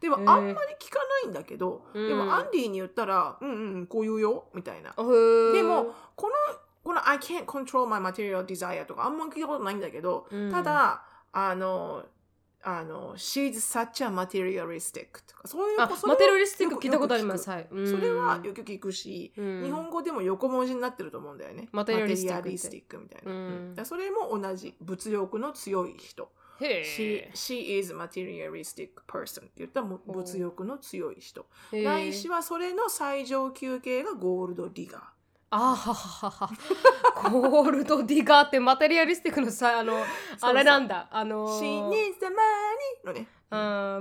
でも、へーあんまり聞かないんだけど、うんでもアンディに言ったら「うんうんこう言うよ」みたいなあへーでも、このこの「I can't control my material desire」とかあんま聞いたことないんだけど、うんただあのあの「She's such a materialistic」とかそういうあ、それはマテリアリスティック聞いたことありよくまよくす。はい。聞くそれはうんよく聞くし、うん日本語でも横文字になってると思うんだよね。 materialistic って materialistic みたいな。うんうんだからそれも同じ物欲の強い人。へ She, え。 she is materialistic person って言ったらもう物欲の強い人。へーないしはそれの最上級形がゴールドディガー。あはははは。ゴールドディガーってマテリアリスティックのさ、あの、あれなんだ。あのー、 She needs the money のね。うん、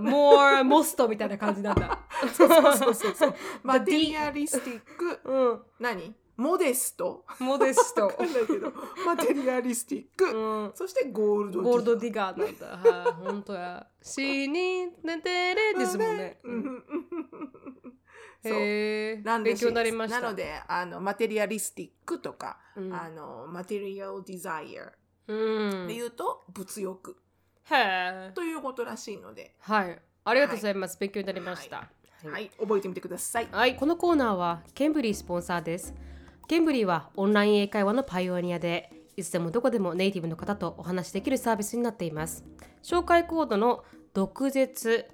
more, most みたいな感じなんだ。そうそうそうそう。マ *laughs* The テ D リアリスティック、うん、 *laughs* 何 *laughs* モデストモデストわ。かんないけ *laughs* ど、マテリアリスティック。うん。そしてゴールドゴールドィディガーなん *laughs* だ。はい、本当や。死にねてれですもんね。うんうんうんうん。 *laughs* そう。へえ。なんで勉強になりました。なの、であの、マテリアリスティックとか、うん、あのマテリアルデザイアうんで言うと、物欲へえ。ということらしいので、はい。ありがとうございます。勉強になりました。。はいい、覚えてみてください。はい、このコーナーはケンブリースポンサーです。ケンブリーはオンライン英会話のパイオニアで、いつでもどこでもネイティブの方とお話しできるサービスになっています。紹介コードの毒舌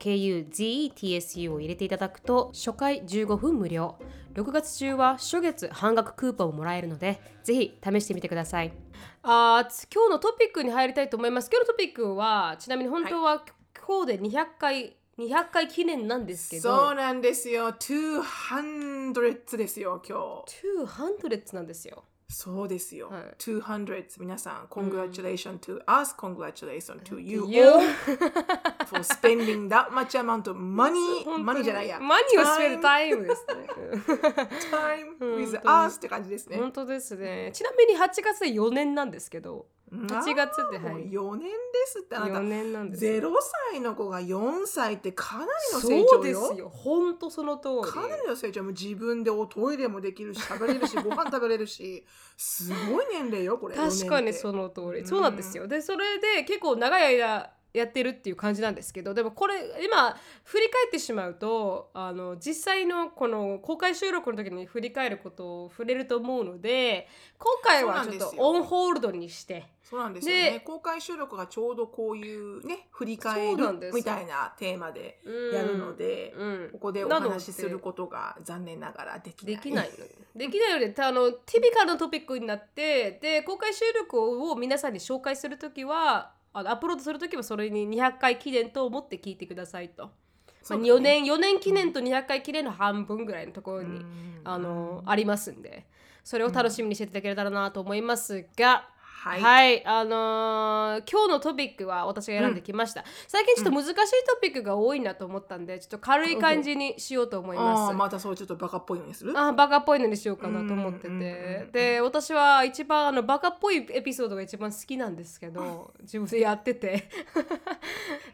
DOKUZETSU を入れていただくと初回15分無料。6月中は初月半額クーポンをもらえるので、ぜひ試してみてください。あーつ今日のトピックに入りたいと思います。今日のトピックはちなみに本当は、今日で200回200回記念なんですけど、そうなんですよ。200ですよ、今日。 200なんですよ。そうですよ。はい200皆さん、congratulations to us, congratulations to you you all for spending that much amount of money, *laughs* 本当に money じゃないや。マニをスペルタイムですね。 time うん本 with 当に us って感じ *laughs* ですね。本当ですね。ちなみに8月で4年なんですけど、8月でもはうい。 4年ですってあな4た。年なんですよ。 0歳の子が4歳ってかなりの成そ長うですよ。よ。本当その通り。かなりの成長もう自分でおトイレもできるし、食べ *laughs* れるし、ご飯食べれるし、すごい年齢よ、これ。確かにそのの。通りうんそうなんですよでそれで結構長い間やってるっていう感じなんですけどでもこれ今振り返ってしまうとあの実際のこの公開収録の時に振り返ることを触れると思うので今回はちょっそうなんとですよオンホールドにしてそうなんですよねで公開収録がちょうどこういうね振りそ返うなんでるすみたいなテーマでうんやるので、うんここでおなので話しすることが残念ながらできないできないのよできないのであのティピカルのトピックになってで公開収録を皆さんに紹介するときはあのアップロードするときはそれに200回記念と思って聞いてくださいと、そまうあ、だね4年4年記念と200回記念の半分ぐらいのところに、うんあのありますんでそれを楽しみにしていただけたらなと思いますが、ははい、い、あのー今日のトピックは私が選んできました、最近ちょっと難しいトピックが多いなと思ったんでちょっと軽い感じにしようと思いあます、ーまたそうちょっとバカっぽいのにす *laughs* るあバカっぽいのにしようかなと思ってて、うんうんうんうんで私は一番あのバカっぽいエピソードが一番好きなんですけ *laughs* ど自分でやってて *laughs*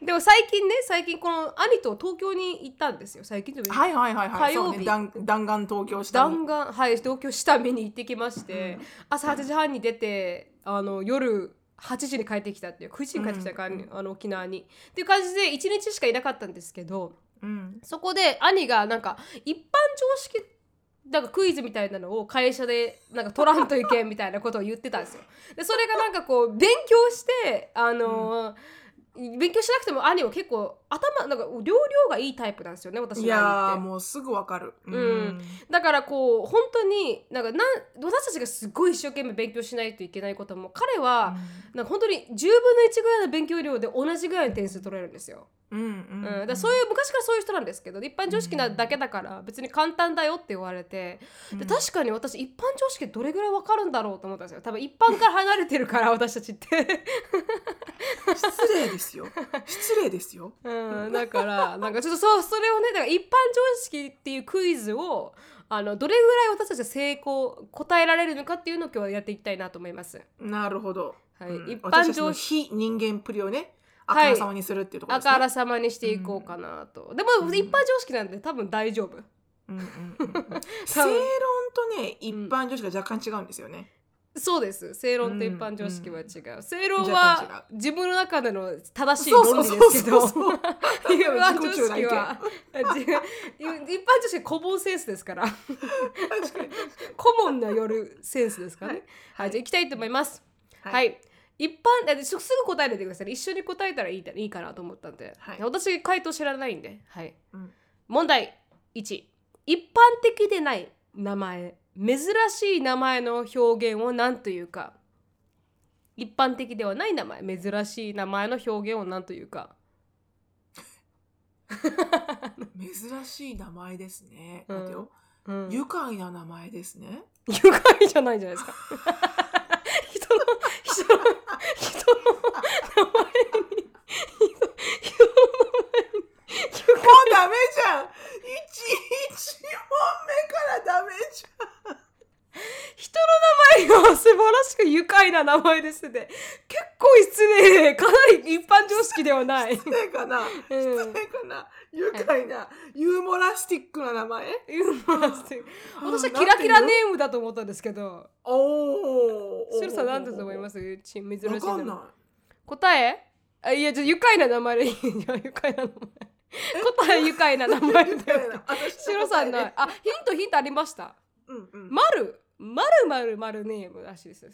でも最近ね最近この兄と東京に行ったんですよ最近でもはいはいはいは火い曜日そうね弾弾丸東京した弾丸はい東京下見に行ってきまして、うん朝8時半に出てあの夜8時に帰ってきたっていう9時に帰ってきたから、うんあの沖縄にっていう感じで1日しかいなかったんですけどうんそこで兄がなんか一般常識なんかクイズみたいなのを会社でなんか取らんといけんみたいなことを言ってたんですよ。でそれがなんかこう勉強してあのー勉強しなくても兄は結構頭なんか量量がいいタイプなんですよね私いの兄ってやーもうすぐわかるうんだからこう本当になんかなん私たちがすごい一生懸命勉強しないといけないことも彼はなんか本当に10分の1ぐらいの勉強量で同じぐらいの点数取られるんですよ。うんう、うんんだかうらんそういう昔からそういう人なんですけど一般常識なだけだから別に簡単だよって言われてうんで確かに私一般常識どれぐらいわかるんだろうと思ったんですよ多分一般から離れてるから *laughs* 私たちって、失礼で *laughs* すよ失礼ですようん、だからなんかちょっとそうそれをねだから一般常識っていうクイズをあのどれぐらい私たちが成功答えられるのかっていうのを今日はやっていきたいなと思います。なるほど、はい、うん一私般たちの常識非人間プリをねあはいからさまにするっていうところあですね、からさまにしていこうかなと、でもうん一般常識なんで多分大丈夫うんうんうん *laughs* うん正論とね一般女子が若干違うんですよね、そうです正論と一般常識は違う、正論若干は違自分の中での正しいそう論そう理そでうすけそどう一そう *laughs* 般自常己中な識意見は *laughs* 違う一般常識はコモンセンスですから *laughs* *laughs* 確かにコモンのよるセンスですからねはい、じゃあ行きたいと思いますはい、一般えすすぐ答えてください一緒に答えたらいいだいいかなと思ったんで、はい私回答知らないんではいうん問題1一般的でない名前珍しい名前の表現を何というか一般的ではない名前珍しい名前の表現を何というか珍しい名前ですね、うん待てようん愉快な名前です *laughs* ね愉快じゃないじゃないですか *laughs* 人の人の人の名前に人人の名前にもうダメじゃん一一問目からダメじゃん人の名前が素晴らしく愉快な名前ですね結構失礼かなり一般常識ではない、う *laughs* ん失、礼かな失礼かな愉快なユーモラスティックな名前ユーモラスティック私はあーキラキラなんネていうのームだと思ったんですけどおーシルさん何だと思いますす珍しい名わかん前な答えあいやじゃあ愉快な名前でいいじゃあ愉快 *laughs* な名前答え愉快ない名前愉だ快よ *laughs* な私シロさんのあヒントヒントありましたうんうんまるまるまるまるネームらしいですよ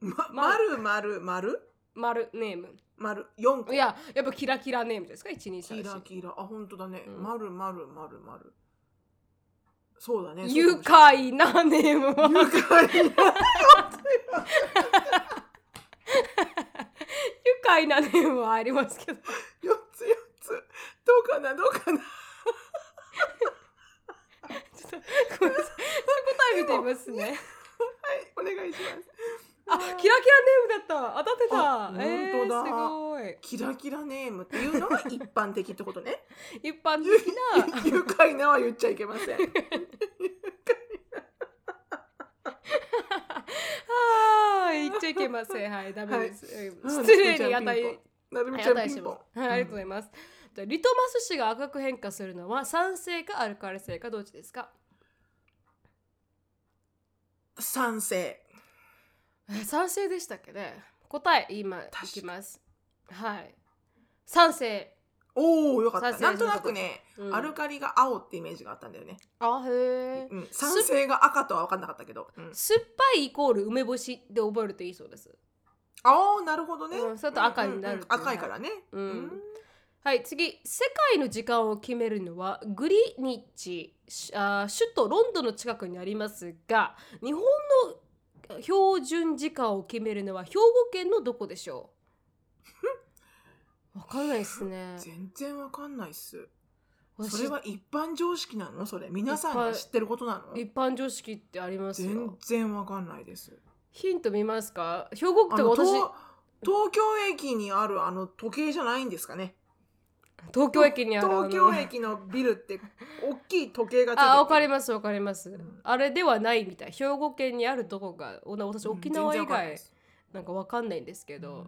ま、まるまるまるまるネームまる四個いややっぱキラキラネームですか一二三キラ四キラあ本当だね、うんまるまるまるまるそうだね愉快なネームそうかもはしれない愉愉快快ななネームはありますけど四つ四つどうかなどうかなちょっとごめんなさい答え見てみますねはいお願いしますあキラキラネームだった当たってあたえ本当だー、キラキラネームっていうのが一般的ってことね *laughs* すごい一般的な *laughs* 愉快なは言っちゃいけませんあー言っちゃいけませんはいダメです、うん失礼に値なるみはい、ちゃん値ピしンポンますはい、ありがとうございます。じゃあリトマス紙が赤く変化するのは酸性かアルカリ性かどっちですか賛成 *laughs* え酸性でしたっけね答え今いかにきます。はい。酸性。おおよかった賛成なんとなくね、うんアルカリが青ってイメージがあったんだよね、あへえ。うん、賛成が赤とは分かんなかったけど、うん酸っぱいイコール梅干しで覚えるといいそうです。ああなるほどね、うんそれと赤になるっていう赤いからねうんはい、次。世界の時間を決めるのはグリニッチ、しあー首都ロンドンの近くにありますが、日本の標準時間を決めるのは兵庫県のどこでしょうわかんないですね。全然わかんないっす私それは一般常識なのそれ皆さんが知ってることなの一般常識ってありますよ全。然わかんないですヒント見ますか兵庫あ区のとか東私東京駅にあるあの時計じゃないんですかね東京駅にある東京あの駅のビルって大きい時計がついてあわかりまますわかります、んあれではないみたい兵庫県にあるとこがおな私沖縄以外、なんかわかんないんですけど、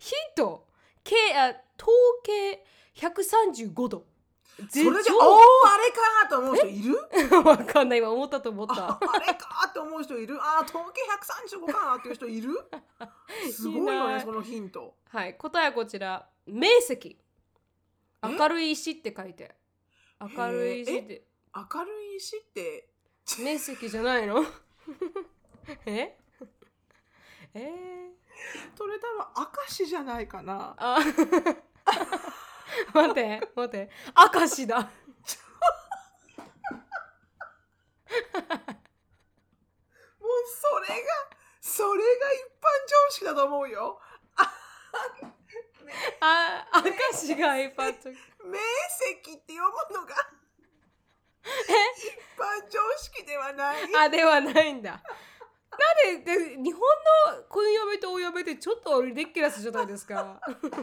ヒントけあ統計135度そそれじゃおおーあれかと思う人いるわかんない今思ったと思っあたあれかと思う人いるあー統計135かっていう人い *laughs* るすごいよいなねいそのヒントはい答えはこちら面積え明るい石って書いて明るい石って明るい石って面積じゃないの *laughs* ええー、それ多分明石じゃないかなあ *laughs* 待って待って明石だもうそれがそれが一般常識だと思うよあ明石が i p a d 面積って読むのが一般常識ではないあではないんだ。なんでで日本の訓読みとお読みってちょっとリデッキュラスじゃないですか。確か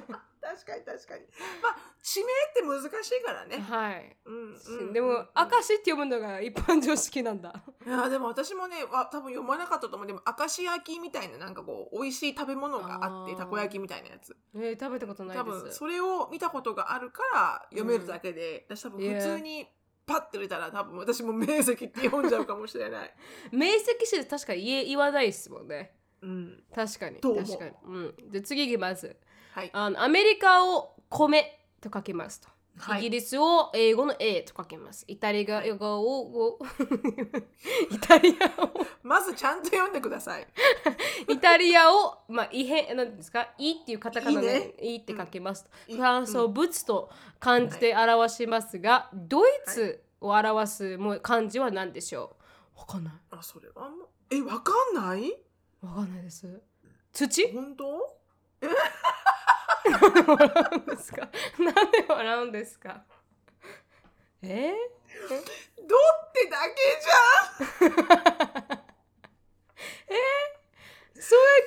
に確かにまあ地名って難しいからね、はい。うんうんでうんも「明石」って読むのが一般常識なんだ。いやでも私もねわ多分読まなかったと思うでも明石焼きみたいななんかこう美味しい食べ物があってあーたこ焼きみたいなやつえー、食べたことな多いで分す。それを見たことがあるから読めるだけで、私多分普通にパッて出たら多分私も面積って読んじゃうかもしれない、明晰詞で確かに言え言わないですもんね。うん、確かに。と思う確かに。うん。で次いきます。はいあのアメリカを米と書きますと。はイギいリスを英語の A と書きます。イタリア語を、ご *laughs* イタリアを *laughs* まずちゃんと読んでくださいイタリアを、まあ、異変、なんていうんですか、いっていうカタカナいいでね、いって書けます。うんフランスを物と漢字で表しますが、ドイツを表すもう漢字は何でしょう。わかんなあそれはもうえわかんないい。わかんないです。土。本当笑うんですか。 *laughs* なんで笑うんですか。えー、どってだけじそうやっ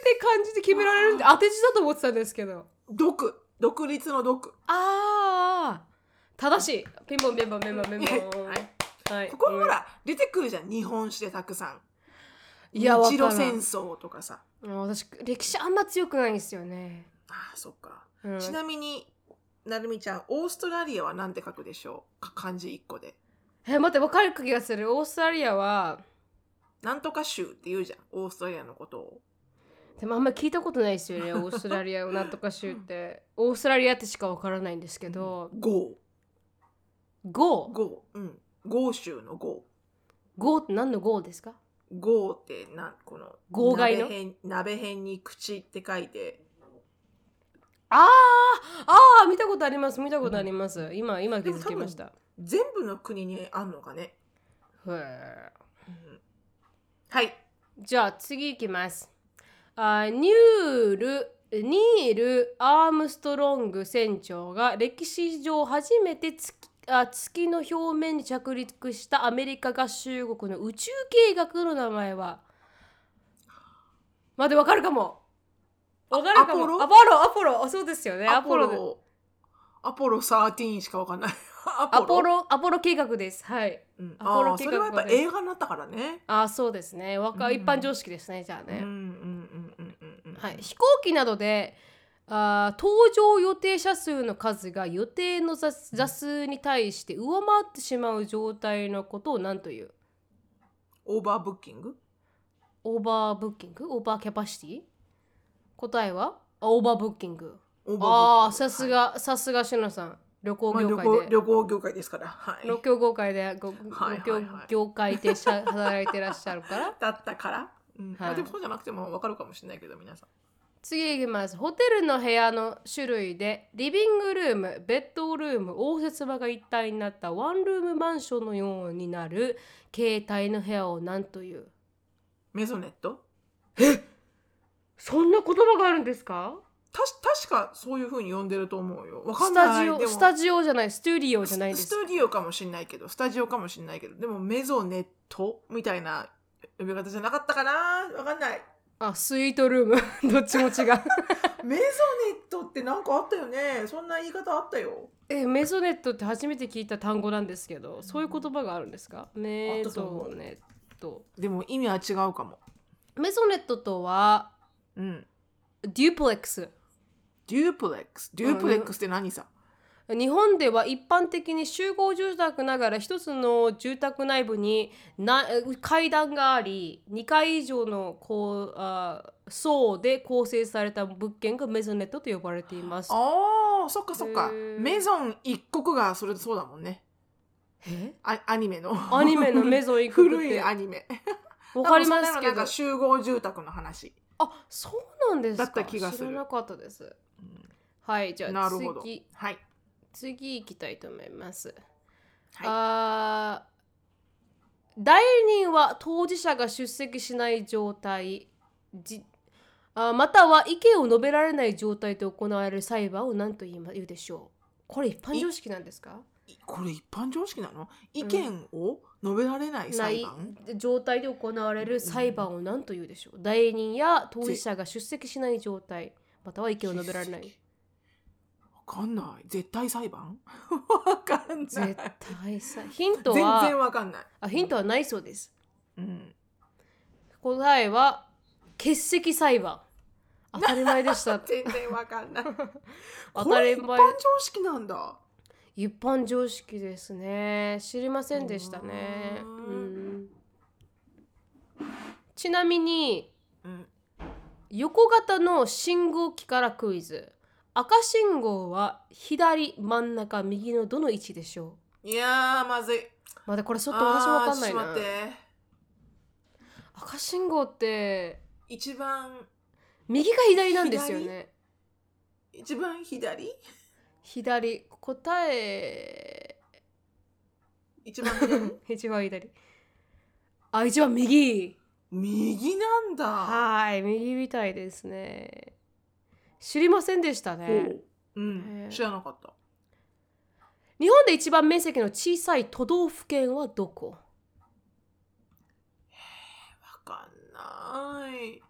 て漢字で決められるんで、当て字だと思ってたんですけど。ゃん独独立の独ああ。正しい。ピンポンピンポンピンポンピンポン。はいはいここほら出てくるじゃん日本史でたくさんいや、わ日から露ん戦争とかさあ私歴史あんま強くないんですよね。あーそっか、うん、ちなみになるみちゃんオーストラリアはなんて書くでしょうか漢字一個でえ待って分かる気がするオーストラリアはなんとか州って言うじゃんオーストラリアのことをでもあんま聞いたことないです *laughs* よねオーストラリアをなんとか州ってオーストラリアってしか分からないんですけどゴー GO ゴーうんゴー州のゴ GO って何の GO ですかーゴーってなんこの号外の鍋辺鍋辺に口って書いてあーあー見たことあります見たことあります今今気づきました全部の国にあんのかね、へーうんはいじゃあ次いきますあニュールニール・アームストロング船長が歴史上初めて月あ月の表面に着陸したアメリカ合衆国の宇宙計画の名前は待ってわかるかもわかるかもアポロアポロアポロあそうですよねアアポポロロアポロアポロ13しかわかんない *laughs* アアポロ計画ですはいうんアポロあー計画それはやっぱ映画になったからねあそうですねわか、うん一般常識ですねじゃあね、うんうんうんうんうんうんはい、飛行機などであー搭乗予定者数の数が予定の座座数に対して上回ってしまう状態のことを何というオーバーブッキングオーバーブッキングオーバーキャパシティ答えはあオーバーブッキングオーバーブッキングああーさはすいが、さすがしのさん旅行まあ業旅界行で、旅行業界ですから、はい、旅行業界でごはいはい旅行業界でしゃ働いてらっしゃるからだったから、うんはいあでもそうじゃなくても分かるかもしれないけど皆さん次いきますホテルの部屋の種類でリビングルームベッドルーム応接間が一体になったワンルームマンションのようになる携帯の部屋を何というメゾネットそんな言葉があるんですかたし確かそういうふうに呼んでると思うよ分かスんないタジオでもスタジオじゃないスタジオじゃないでスすスタジオかもしれないけどスタジオかもしれないけどでもメゾネットみたいな呼び方じゃなかったかな分かんないあスイートルーム *laughs* どっちも違うメゾネットってなんかあったよねそんな言い方あったよえメゾネットって初めて聞いた単語なんですけどそういう言葉があるんですかメゾネットでも意味は違うかもメゾネットとはうんデュプレックスデュプレックスデュプレックスって何さ日本では一般的に集合住宅ながら一つの住宅内部にな階段があり2階以上のこうあ層で構成された物件がメゾネットと呼ばれています。あーそっかそっかへーメゾン一国がそれそうだもんねえあアニメのアニ *laughs* メのメゾン行くっ古いてアニメわかります多分そんけなのなんどか集合住宅の話あそうなんですかだった気がする知らなかったです。うんはいじゃなあるほど次はい次行きたいと思います。はいあー代理人は当事者が出席しない状態じあーまたは意見を述べられない状態で行われる裁判を何と言いま言うでしょうこれ一般常識なんですかいこれ一般常識なの意見を述べられなないい裁判状態で行われる裁判を何と言うでしょう代理人や当事者が出席しない状態または意見を述べられないわかんない絶対裁判わかんな *laughs* い絶対さヒント全然はわかんないあヒントはないそうですうん答えは欠席裁判当たり前でした全然わかんない *laughs* 当 *laughs* こたれり一般前常識なんだ一般常識ですね知りませんでしたね、ううーんん、ちなみにうん横型の信号機からクイズ赤信号は左真ん中右のどの位置でしょいやーまずいうまだこれちちょっと私もわかんないちょっとな待って赤信号って一番右か左なんですよね一番左左答え一番 *laughs* 左一番左あ一番右右なんだはーい右みたいですね知りませんでしたね、ほううへーん知らなかった日本で一番面積の小さい都道府県はどこわかんない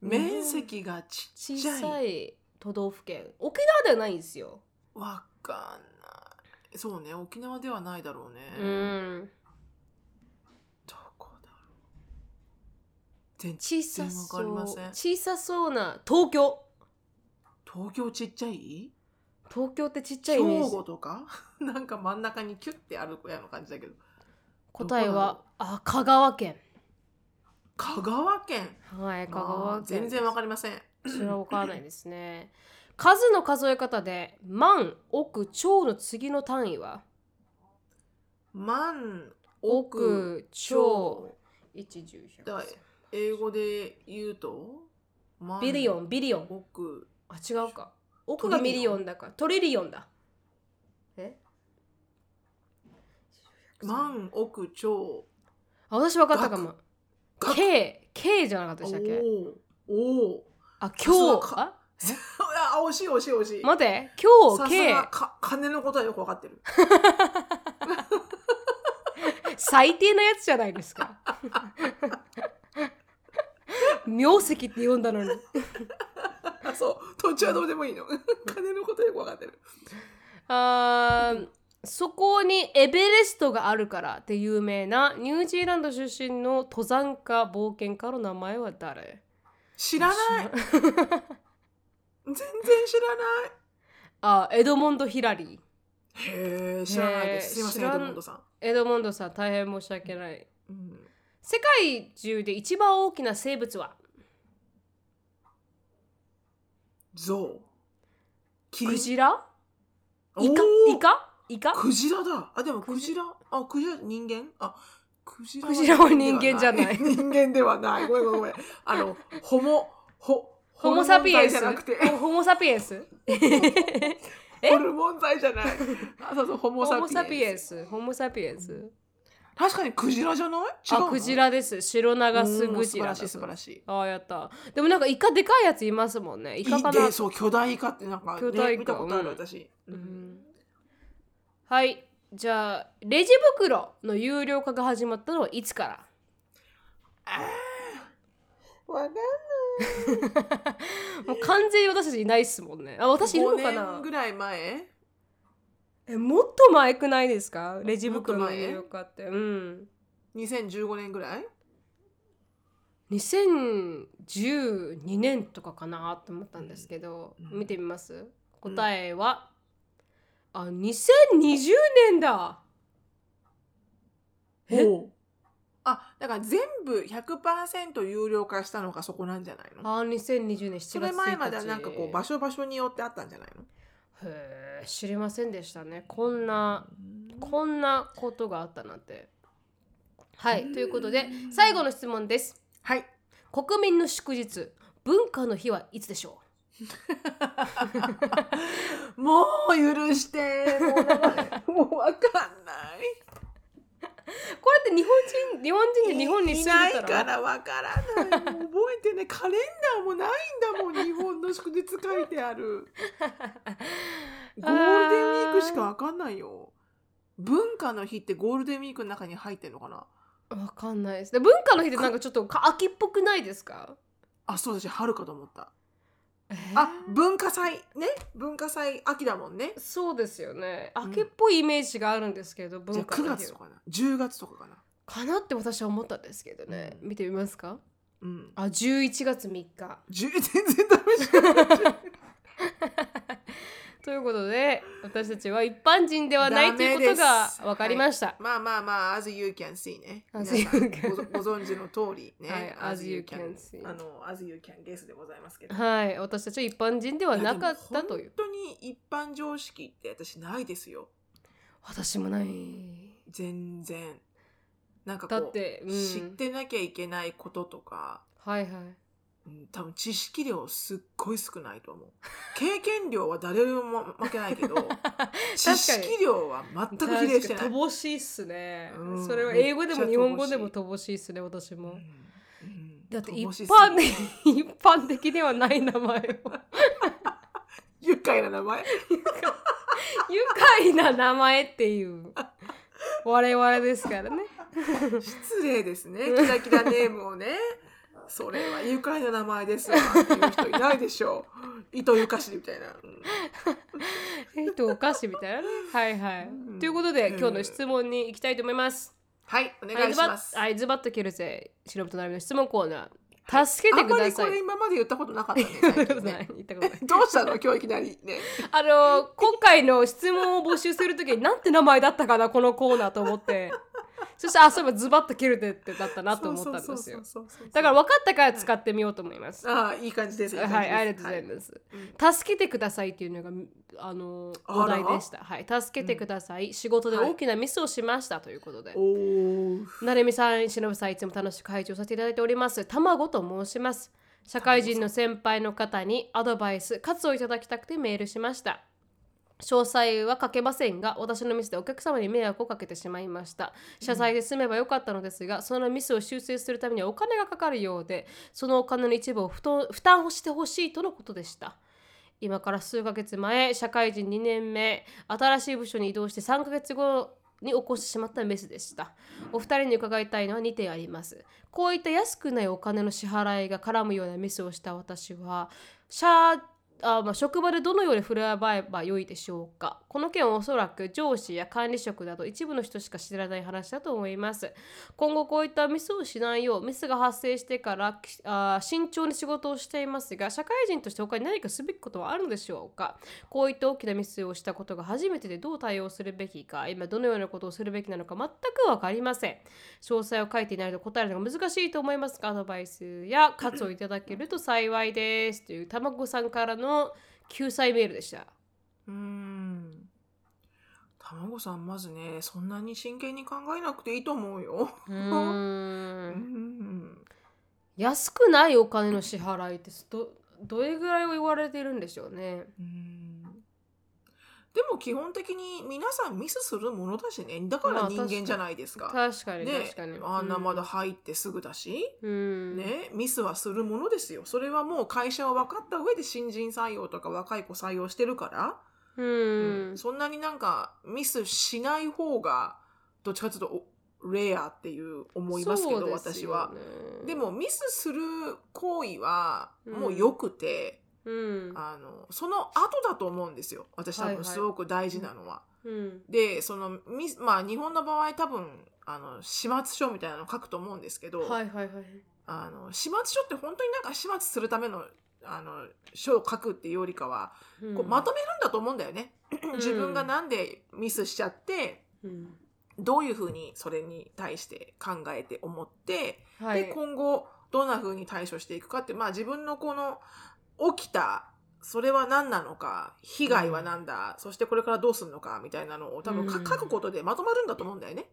面積がち小っちゃさいい都道府県沖縄ではないんですよ、わかんないそうね沖縄ではないだろうねうんどこだろう全小さ全然わかそりうません小さそうな東京東京ちっちゃい東京ってちっちゃいイメ兵ージ庫とか *laughs* なんか真ん中にキュッてあるやの感じだけど答えどこだろはあ香川県香川県はい香あ川県ー全然わかりませんそれは分からないですね数の数え方で万億兆の次の単位は万億億兆一十だ百英語で言うと万ビリオンビリオン億あ違うか奥がミリオンだからトリリオンだえ万億兆あ私分かったかも額 K K じゃなかったおでしたっけーおあそ今う日かあーあ惜しい惜しい惜しい待って今さ日す K がか金のことはよくわかっ *laughs* てる最低なやつじゃないですか *laughs* *laughs* 名跡って呼んだのにあそう土地はどうでもいいの *laughs* 金のことはよくわかってるあーそこにエベレストがあるからって有名なニュージーランド出身の登山家冒険家の名前は誰知らない知ら全然知らないあエドモンド・ヒラリーへえ知らないですすねえいません知エらんドモンドさん、エドモンドさん大変申し訳ないうん、世界中で一番大きな生物はゾウキクジラおーイカイカイカクジラだあでもククジジラあクジラ人間あクジラクジラは人間じゃない人間ではない *laughs* ごめんごめんごめんあのホモホホモサピエンホルモン剤じスゃなくてホホモサピエンスえホルモン剤じゃない *laughs* あそうそうホモホモササピエンピエンスホモサピエンス確かにクジラじゃない違うあのクジラです白う長んスク素ジ晴ラらだしい素晴らしいああやったでもなんかイカでかいやついますもんねイカかいなでそう巨大イカってなんか、巨大イね、カ見たことあうんる私、ううんんはいじゃあレジ袋の有料化が始まったのはいつからわかんないもう完全に私たちいないっすもんねあ私いるのか5な年ぐらい前えもっと前くないですかレジ袋もっのと前有料化ってうん2015年ぐらい2012年とかかなと思ったんですけど、うん見てみます答えは、あ2020年だえほうあだから全部100%有料化したのがそこなんじゃないのあ2020年7月1日それ前まではなんかこう場所場所によってあったんじゃないのへえ知りませんでしたねこんなこんなことがあったなんてはいということで最後の質問ですはい国民の祝日文化の日はいつでしょもう許してもう名前もうわかんないうこれって日本人日本人で日本に住んでたらいないからわからないもう覚えてねカレンダーもないんだもん日本の祝日書いてあるゴールデンウィークしかわかんないよ文化の日ってゴールデンウィークの中に入ってんのかな *laughs* わかんないです。で文化の日ってなんかちょっとか秋っぽくないですか？あそうだし春かと思ったえーあ文化祭ね文化祭秋だもんねそうですよね。ん秋っぽいイメージがあるんですけど、じ文ゃあ化9の日月とかな10月とかかなかなって私は思ったんですけどね。うん見てみますか？うんあ11月3日。 10全然ダメじゃんということで私たちは一般人ではないダといメうですことが分かりました。まあまあまあ as you can see ね As you 皆さん can- ごご存知の通りね、はい as you can see あの as you can guess でございますけどはい、私たちは一般人ではいやなかったというで。も本当に一般常識って私ないですよ私もない。全然なんかこだうっ、て、うん、知ってなきゃいけないこととか、はいはい。うん、多分知識量すっごい少ないと思う *laughs* 経験量は誰にも負けないけど知識量は全く比例してない、乏しいっすね、うんそれは英語でも日本語でもめっち乏しいっすね私も、うんうんだって一乏しすぎる般 *laughs* 的一般的ではない名前を *laughs* 愉快な名前愉快な名前っていう我々ですからね失礼ですねキラキラネームをねそれは愉快な名前ですわっていう人いないでしょう糸ゆかしみたいな、うんえっとお菓子みたいなねはいはい、うんということでうん今日の質問に行きたいと思います、はいお願いしますはいズバッはいズバッと切るぜしのぶとなみの質問コーナー助けてくださあんまりこい、れ今まで言ったことなかったね言っ最たこ近とないね言ったことないどうしたの今日いきなりね *laughs* あの今回の質問を募集するときになんて名前だったかなこのコーナーと思 *laughs* ってそしてあそういえばズバッと切るてってだったなと思ったんですよそうそうそうそうそうだから分かったから使ってみようと思います、はああいい感じですいいい感じですありがとうございます、助けてくださいっていうのがあのあおら題でしたはい助けてください、仕事で大きなミスをしましたということで、おーなるみさん、しのぶさん、いつも楽しく拝聴させていただいております。たまごと申します。社会人の先輩の方にアドバイス、活をいただきたくてメールしました。詳細は書けませんが、私のミスでお客様に迷惑をかけてしまいました。謝罪で済めばよかったのですが、そのミスを修正するためにはお金がかかるようで、そのお金の一部を負担負担をしてほしいとのことでした。今から数ヶ月前、社会人2年目、新しい部署に移動して3ヶ月後に起こしてしまったミスでした。お二人に伺いたいのは2点あります。こういった安くないお金の支払いが絡むようなミスをした私は、社あまあ、職場でどのように振る舞えばよいでしょうかこの件はおそらく上司や管理職など一部の人しか知らない話だと思います。今後こういったミスをしないようミスが発生してからきあー慎重に仕事をしていますが社会人として他に何かすべきことはあるのでしょうかこういった大きなミスをしたことが初めてでどう対応するべきか今どのようなことをするべきなのか全く分かりません詳細を書いていないと答えるのが難しいと思いますがアドバイスや活をいただけると幸いですというたまごさんからの救済メールでしたうーんたまごさんまずねそんなに真剣に考えなくていいと思うよううんん安くないお金の支払いってどどれぐらいを言われてるんでしょうねうんでも基本的に皆さんミスするものだしねだかまらあ人間じゃないですか,、確かにね確かに、あんなまだう入ってすぐだし、うんね、ミスはするものですよそれはもう会社は分かった上で新人採用とか若い子採用してるから、うん、そんなになんかミスしない方がどっちかというとおレアっていう思いますけどそうですよね私は。でもミスする行為はもう良くて、うんあのその後だと思うんですよ私多はいは分いすごく大事なのは。うんでそのミスまあ日本の場合多分あの始末書みたいなの書くと思うんですけど、はいはいはいあの始末書って本当になんか始末するためのあの書を書くっていうよりかは、うんこうまとめるんだと思うんだよね。ん自分がなんでミスしちゃってうんどういうふうにそれに対して考えて思ってはいで今後どんな風に対処していくかって、まあ、自分のこの起きたそれは何なのか被害は何だ、そしてこれからどうするのかみたいなのを多分かうん書くことでまとまるんだと思うんだよね。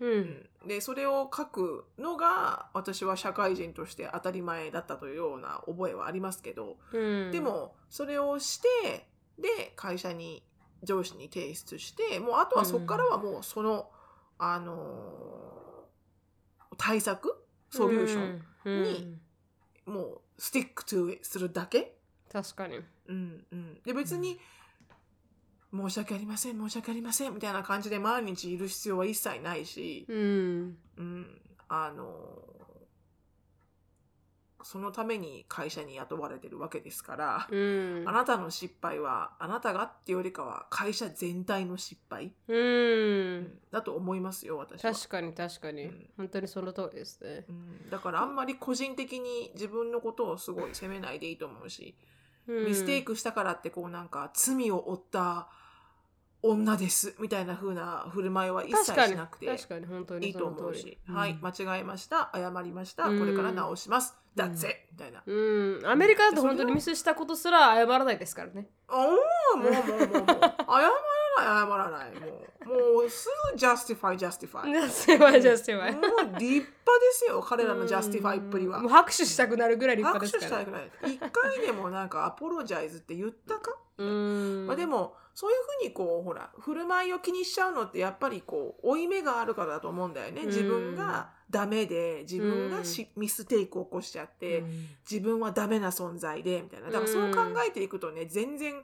ううんんでそれを書くのが私は社会人として当たり前だったというような覚えはありますけど、うんでもそれをしてで会社に上司に提出してもうあとはそこからはもうその、あのー対策ソリューション、うんにうんもうスティックトゥーするだけ、確かにうんうん、で別に、申し訳ありません申し訳ありませんみたいな感じで毎日いる必要は一切ないし、うんうん、あのそのために会社に雇われてるわけですから、うんあなたの失敗はあなたがっていうよりかは会社全体の失敗、ううんんだと思いますよ私は。確かに確かに、うん本当にその通りですねう、ん、だからあんまり個人的に自分のことをすごい責めないでいいと思うし、ミステイククしたからってこうなんか罪を負った女ですみたいな風な振る舞いは一切確かにしなくて確かに本当にいいと思うその通し、りはい間違えました謝りました、うんこれから直します、うんだぜみたいな、うん、アメリカだと本当にミスしたことすら謝らないですからね。おーもうもうもうもう謝らない謝らないもうもうすぐ justify justify *laughs* もうすいません、すいま立せん。派ですよ彼らの justify っぷりはもう拍手したくなるぐらい立拍派手ですしから。たくない一回でもなんかアポロジャイズって言ったかうん。まあ、でもそういうふうにこうほら振る舞いを気にしちゃうのってやっぱりこう負い目があるからだと思うんだよね。うん自分がダメで自分がし、ミステイクを起こしちゃって、自分はダメな存在でみたいなだからそう考えていくとね全然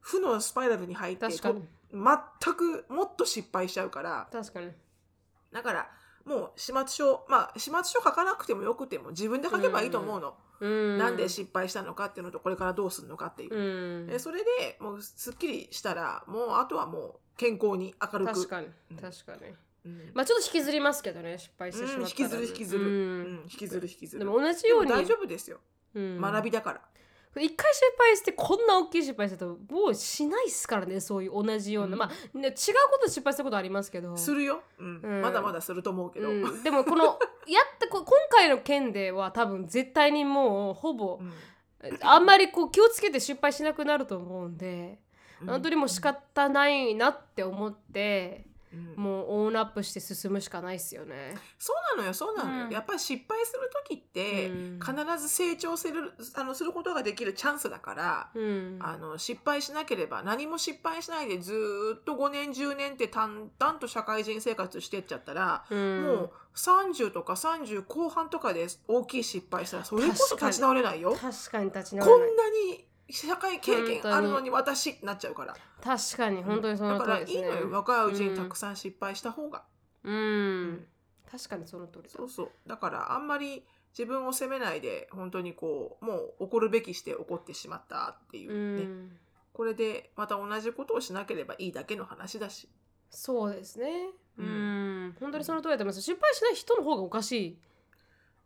負のスパイラルに入って確かにと。全くもっと失敗しちゃうから確かに。だからもう始末書まあ始末書書かなくてもよくても自分で書けばいいと思うの。うん。なんで失敗したのかっていうのとこれからどうするのかっていう。うん。えそれでもうすっきりしたらもうあとはもう健康に明るく確かにうん。確かに。うんまあちょっと引きずりますけどね、失敗してしまったら、うん引きずる引きずるうんうん引きずる引きずでるも同じように。でも大丈夫ですよ、うん学びだから一回失敗してこんな大きい失敗したともうしないっすからねそういう同じような、うんまあ、ね、違うこと失敗したことありますけどするよ、うんうんまだまだすると思うけど、うん *laughs* うん、でもこのやってこ今回の件では多分絶対にもうほぼあんまりこう気をつけて失敗しなくなると思うんで本当にもう仕、方ないなって思ってうんもうオンアップして進むしかないっすよね。そうなのよそうなのよ、うんやっぱり失敗する時って、うん必ず成長するあのすることができるチャンスだから、うん、あの失敗しなければ何も失敗しないでずーっと5年10年って淡々と社会人生活してっちゃったら、うんもう30とか30後半とかで大きい失敗したらそれこそ立ち直れないよ。確かに立ちこ直らないんなに社会経験あるのに私ってなっちゃうから。確かに本当にそだのか通らりいですいね。のよ若いうちにたくさん失敗した方が。うん、うん確かにその通りだそうそうだからあんまり自分を責めないで本当にこうもう怒るべきして怒ってしまったっていううね、ん、これでまた同じことをしなければいいだけの話だし。そうですね。ううんん、本当にその通りだと思います。失敗しない人の方がおかしい。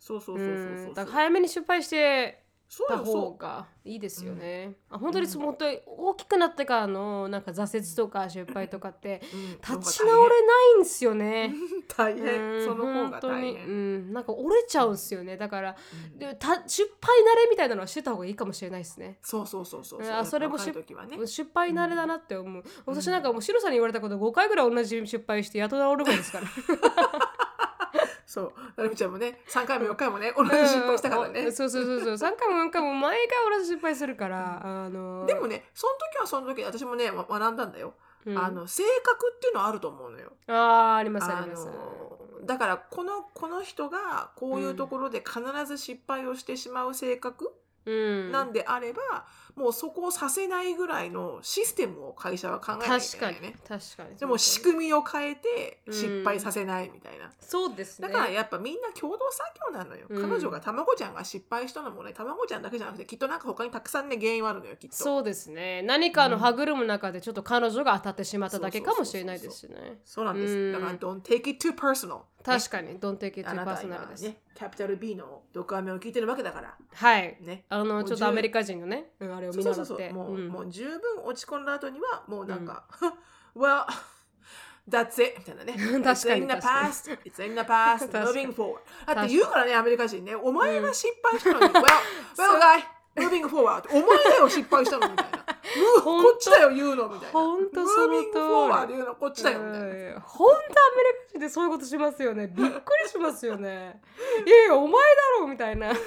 そうそううそうそうそんう。だから早めに失敗してそうたよ方そがいいですよね。あ本ん当にそう本当に大きくなってからのなんか挫折とか失敗とかってう。うん立ち直れないんですよ *laughs* ね。大う変んその方が本当大に、変う。ん、なんか折れちゃうんですよねだからうんでた失敗慣れみたいなのはしてた方がいいかもしれないですねそうそうそうそううんう。あやっぱそれも若いし時はね。失敗慣れだなって思う、私なんかもうシロさんに言われたこと5回ぐらい同じ失敗してやっと治るぐらいですからそう。なるみちゃんもね、三回も四回もね、同じ *laughs* 失敗したからうんね。そうそうそうそう。三回も四回も毎回同じ失敗するから、あの。でもね、その時はその時で私もね、わ学んだんだよ。うん、あの性格っていうのはあると思うのよ。あーありますああります。のだからこのこの人がこういうところで必ず失敗をしてしまう性格うん、なんであれば、もうそこをさせないぐらいのシステムを会社は考えなきゃい確けなかいによね。確かにでも仕組みを変えて失敗させないみたいな。そうですねだからやっぱみんな共同作業なのよ。うん彼女がたまごちゃんが失敗したのもね、たまごちゃんだけじゃなくて、きっとなんか他にたくさんね、原因はあるのよ、きっと。そうですね何かの歯車の中でちょっと彼女が当たってしまっただけかもしれないですしねそうなんです。うんだから、don't take it too personal。確かに「Don't take it あ too なた personal」今です、ね、キャピタル B の毒飴を聞いてるわけだから、はいね。あのうちょっ十とアメリカ人のね、うんあれをそう見そ習っうてそうそうもう、んもう十分落ち込んだ後には、もうなんか、well, *laughs* that's it! みたいな *laughs* ね。確かに It's in the 確かに past, it's in the past, *laughs* 確かに moving forward. だっかてに言うからね、アメリカ人ね。お前が失敗したのに、well, well, guy, moving forward. お前だよ、失敗したのみた *laughs* いな。Move- ほんとこっちだよ、言うのみたいな。ほんとその通り moving forward 言うの、こっちだよ、みたいな。うん本当アメリカ人でそういうことしますよ *laughs* ねびっくりしますよねいやいやお前だろうみたいなそ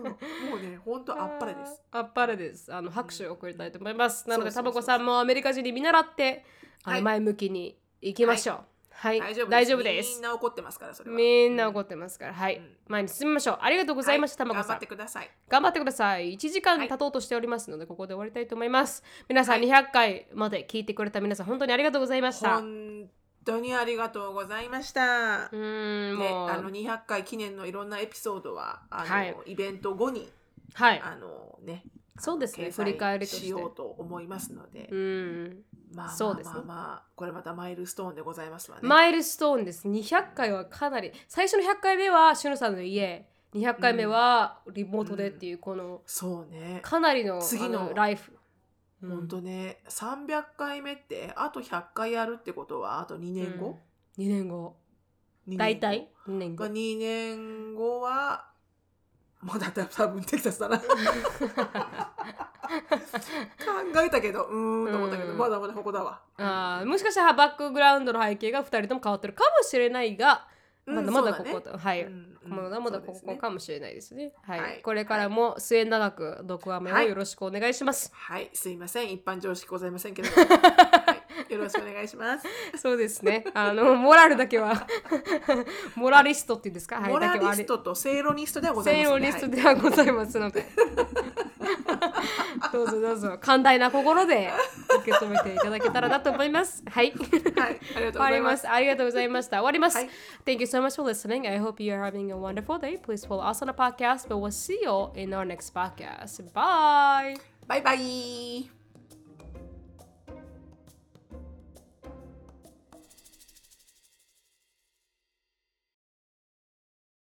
うもうね、ほんとあっぱれです。あーあっぱれですあの拍手を送りたいと思いますなのでそタうそうそバうコさんもアメリカ人に見習ってあはのい前向きにいきましょうはい、大丈夫大丈夫でみすんな怒ってますから、それは。みんな怒ってますからはい、うん前に進みましょうありがとうございました、はいタバ頑コ張さんってください。頑張ってください1時間経とうとしておりますので、ここで終わりたいと思います皆さん200回まで聞いてくれた皆さん本当にありがとうございました、本当にありがとうございました。うーんね、もう、あの200回記念のいろんなエピソードはあの、はいイベント後にはいあのねそうですね掲載振り返りとしてしようと思いますので、うんまあまあそうですねまあまあこれまたマイルストーンでございますわね。マイルストーンです200回はかなり最初の100回目はしゅのさんの家200回目はリモートでっていうこのそうね。かなりの次のあライフ本当ね、300回目ってあと100回やるってことはあと2年後、 2年後2年後大体2年後が2年後はまだ多分テキサスだな考えたけどうーんと思ったけどうんまだまだここだわあーもしかしたらバックグラウンドの背景が2人とも変わってるかもしれないがうんまだまだそこうね。こと、はいうんうんまだまだそうこですこねかもしれないですね。はい、はいこれからも末永く毒アメをよろしくお願いし *laughs* ます。はいすいません一般常識ございませんけ *laughs* れども、はいよろしくお願いしますそうですね。あのモラルだけは *laughs* モラリストっていうんですか。 *laughs* はい、モラだけはあリれストとセイロニストではござい専ます用リストではございますので。 *laughs* どうぞどうぞ、寛大な心で受け止めていただけたらなと思います。はい。はい、はい、ありがとう終ごわざりいまますす。ありがとうございました。終わります。はい Thank you so much for listening. I hope you are having a wonderful day. Please follow us on the podcast, but we'll see you all in our next podcast. Bye. バイバイ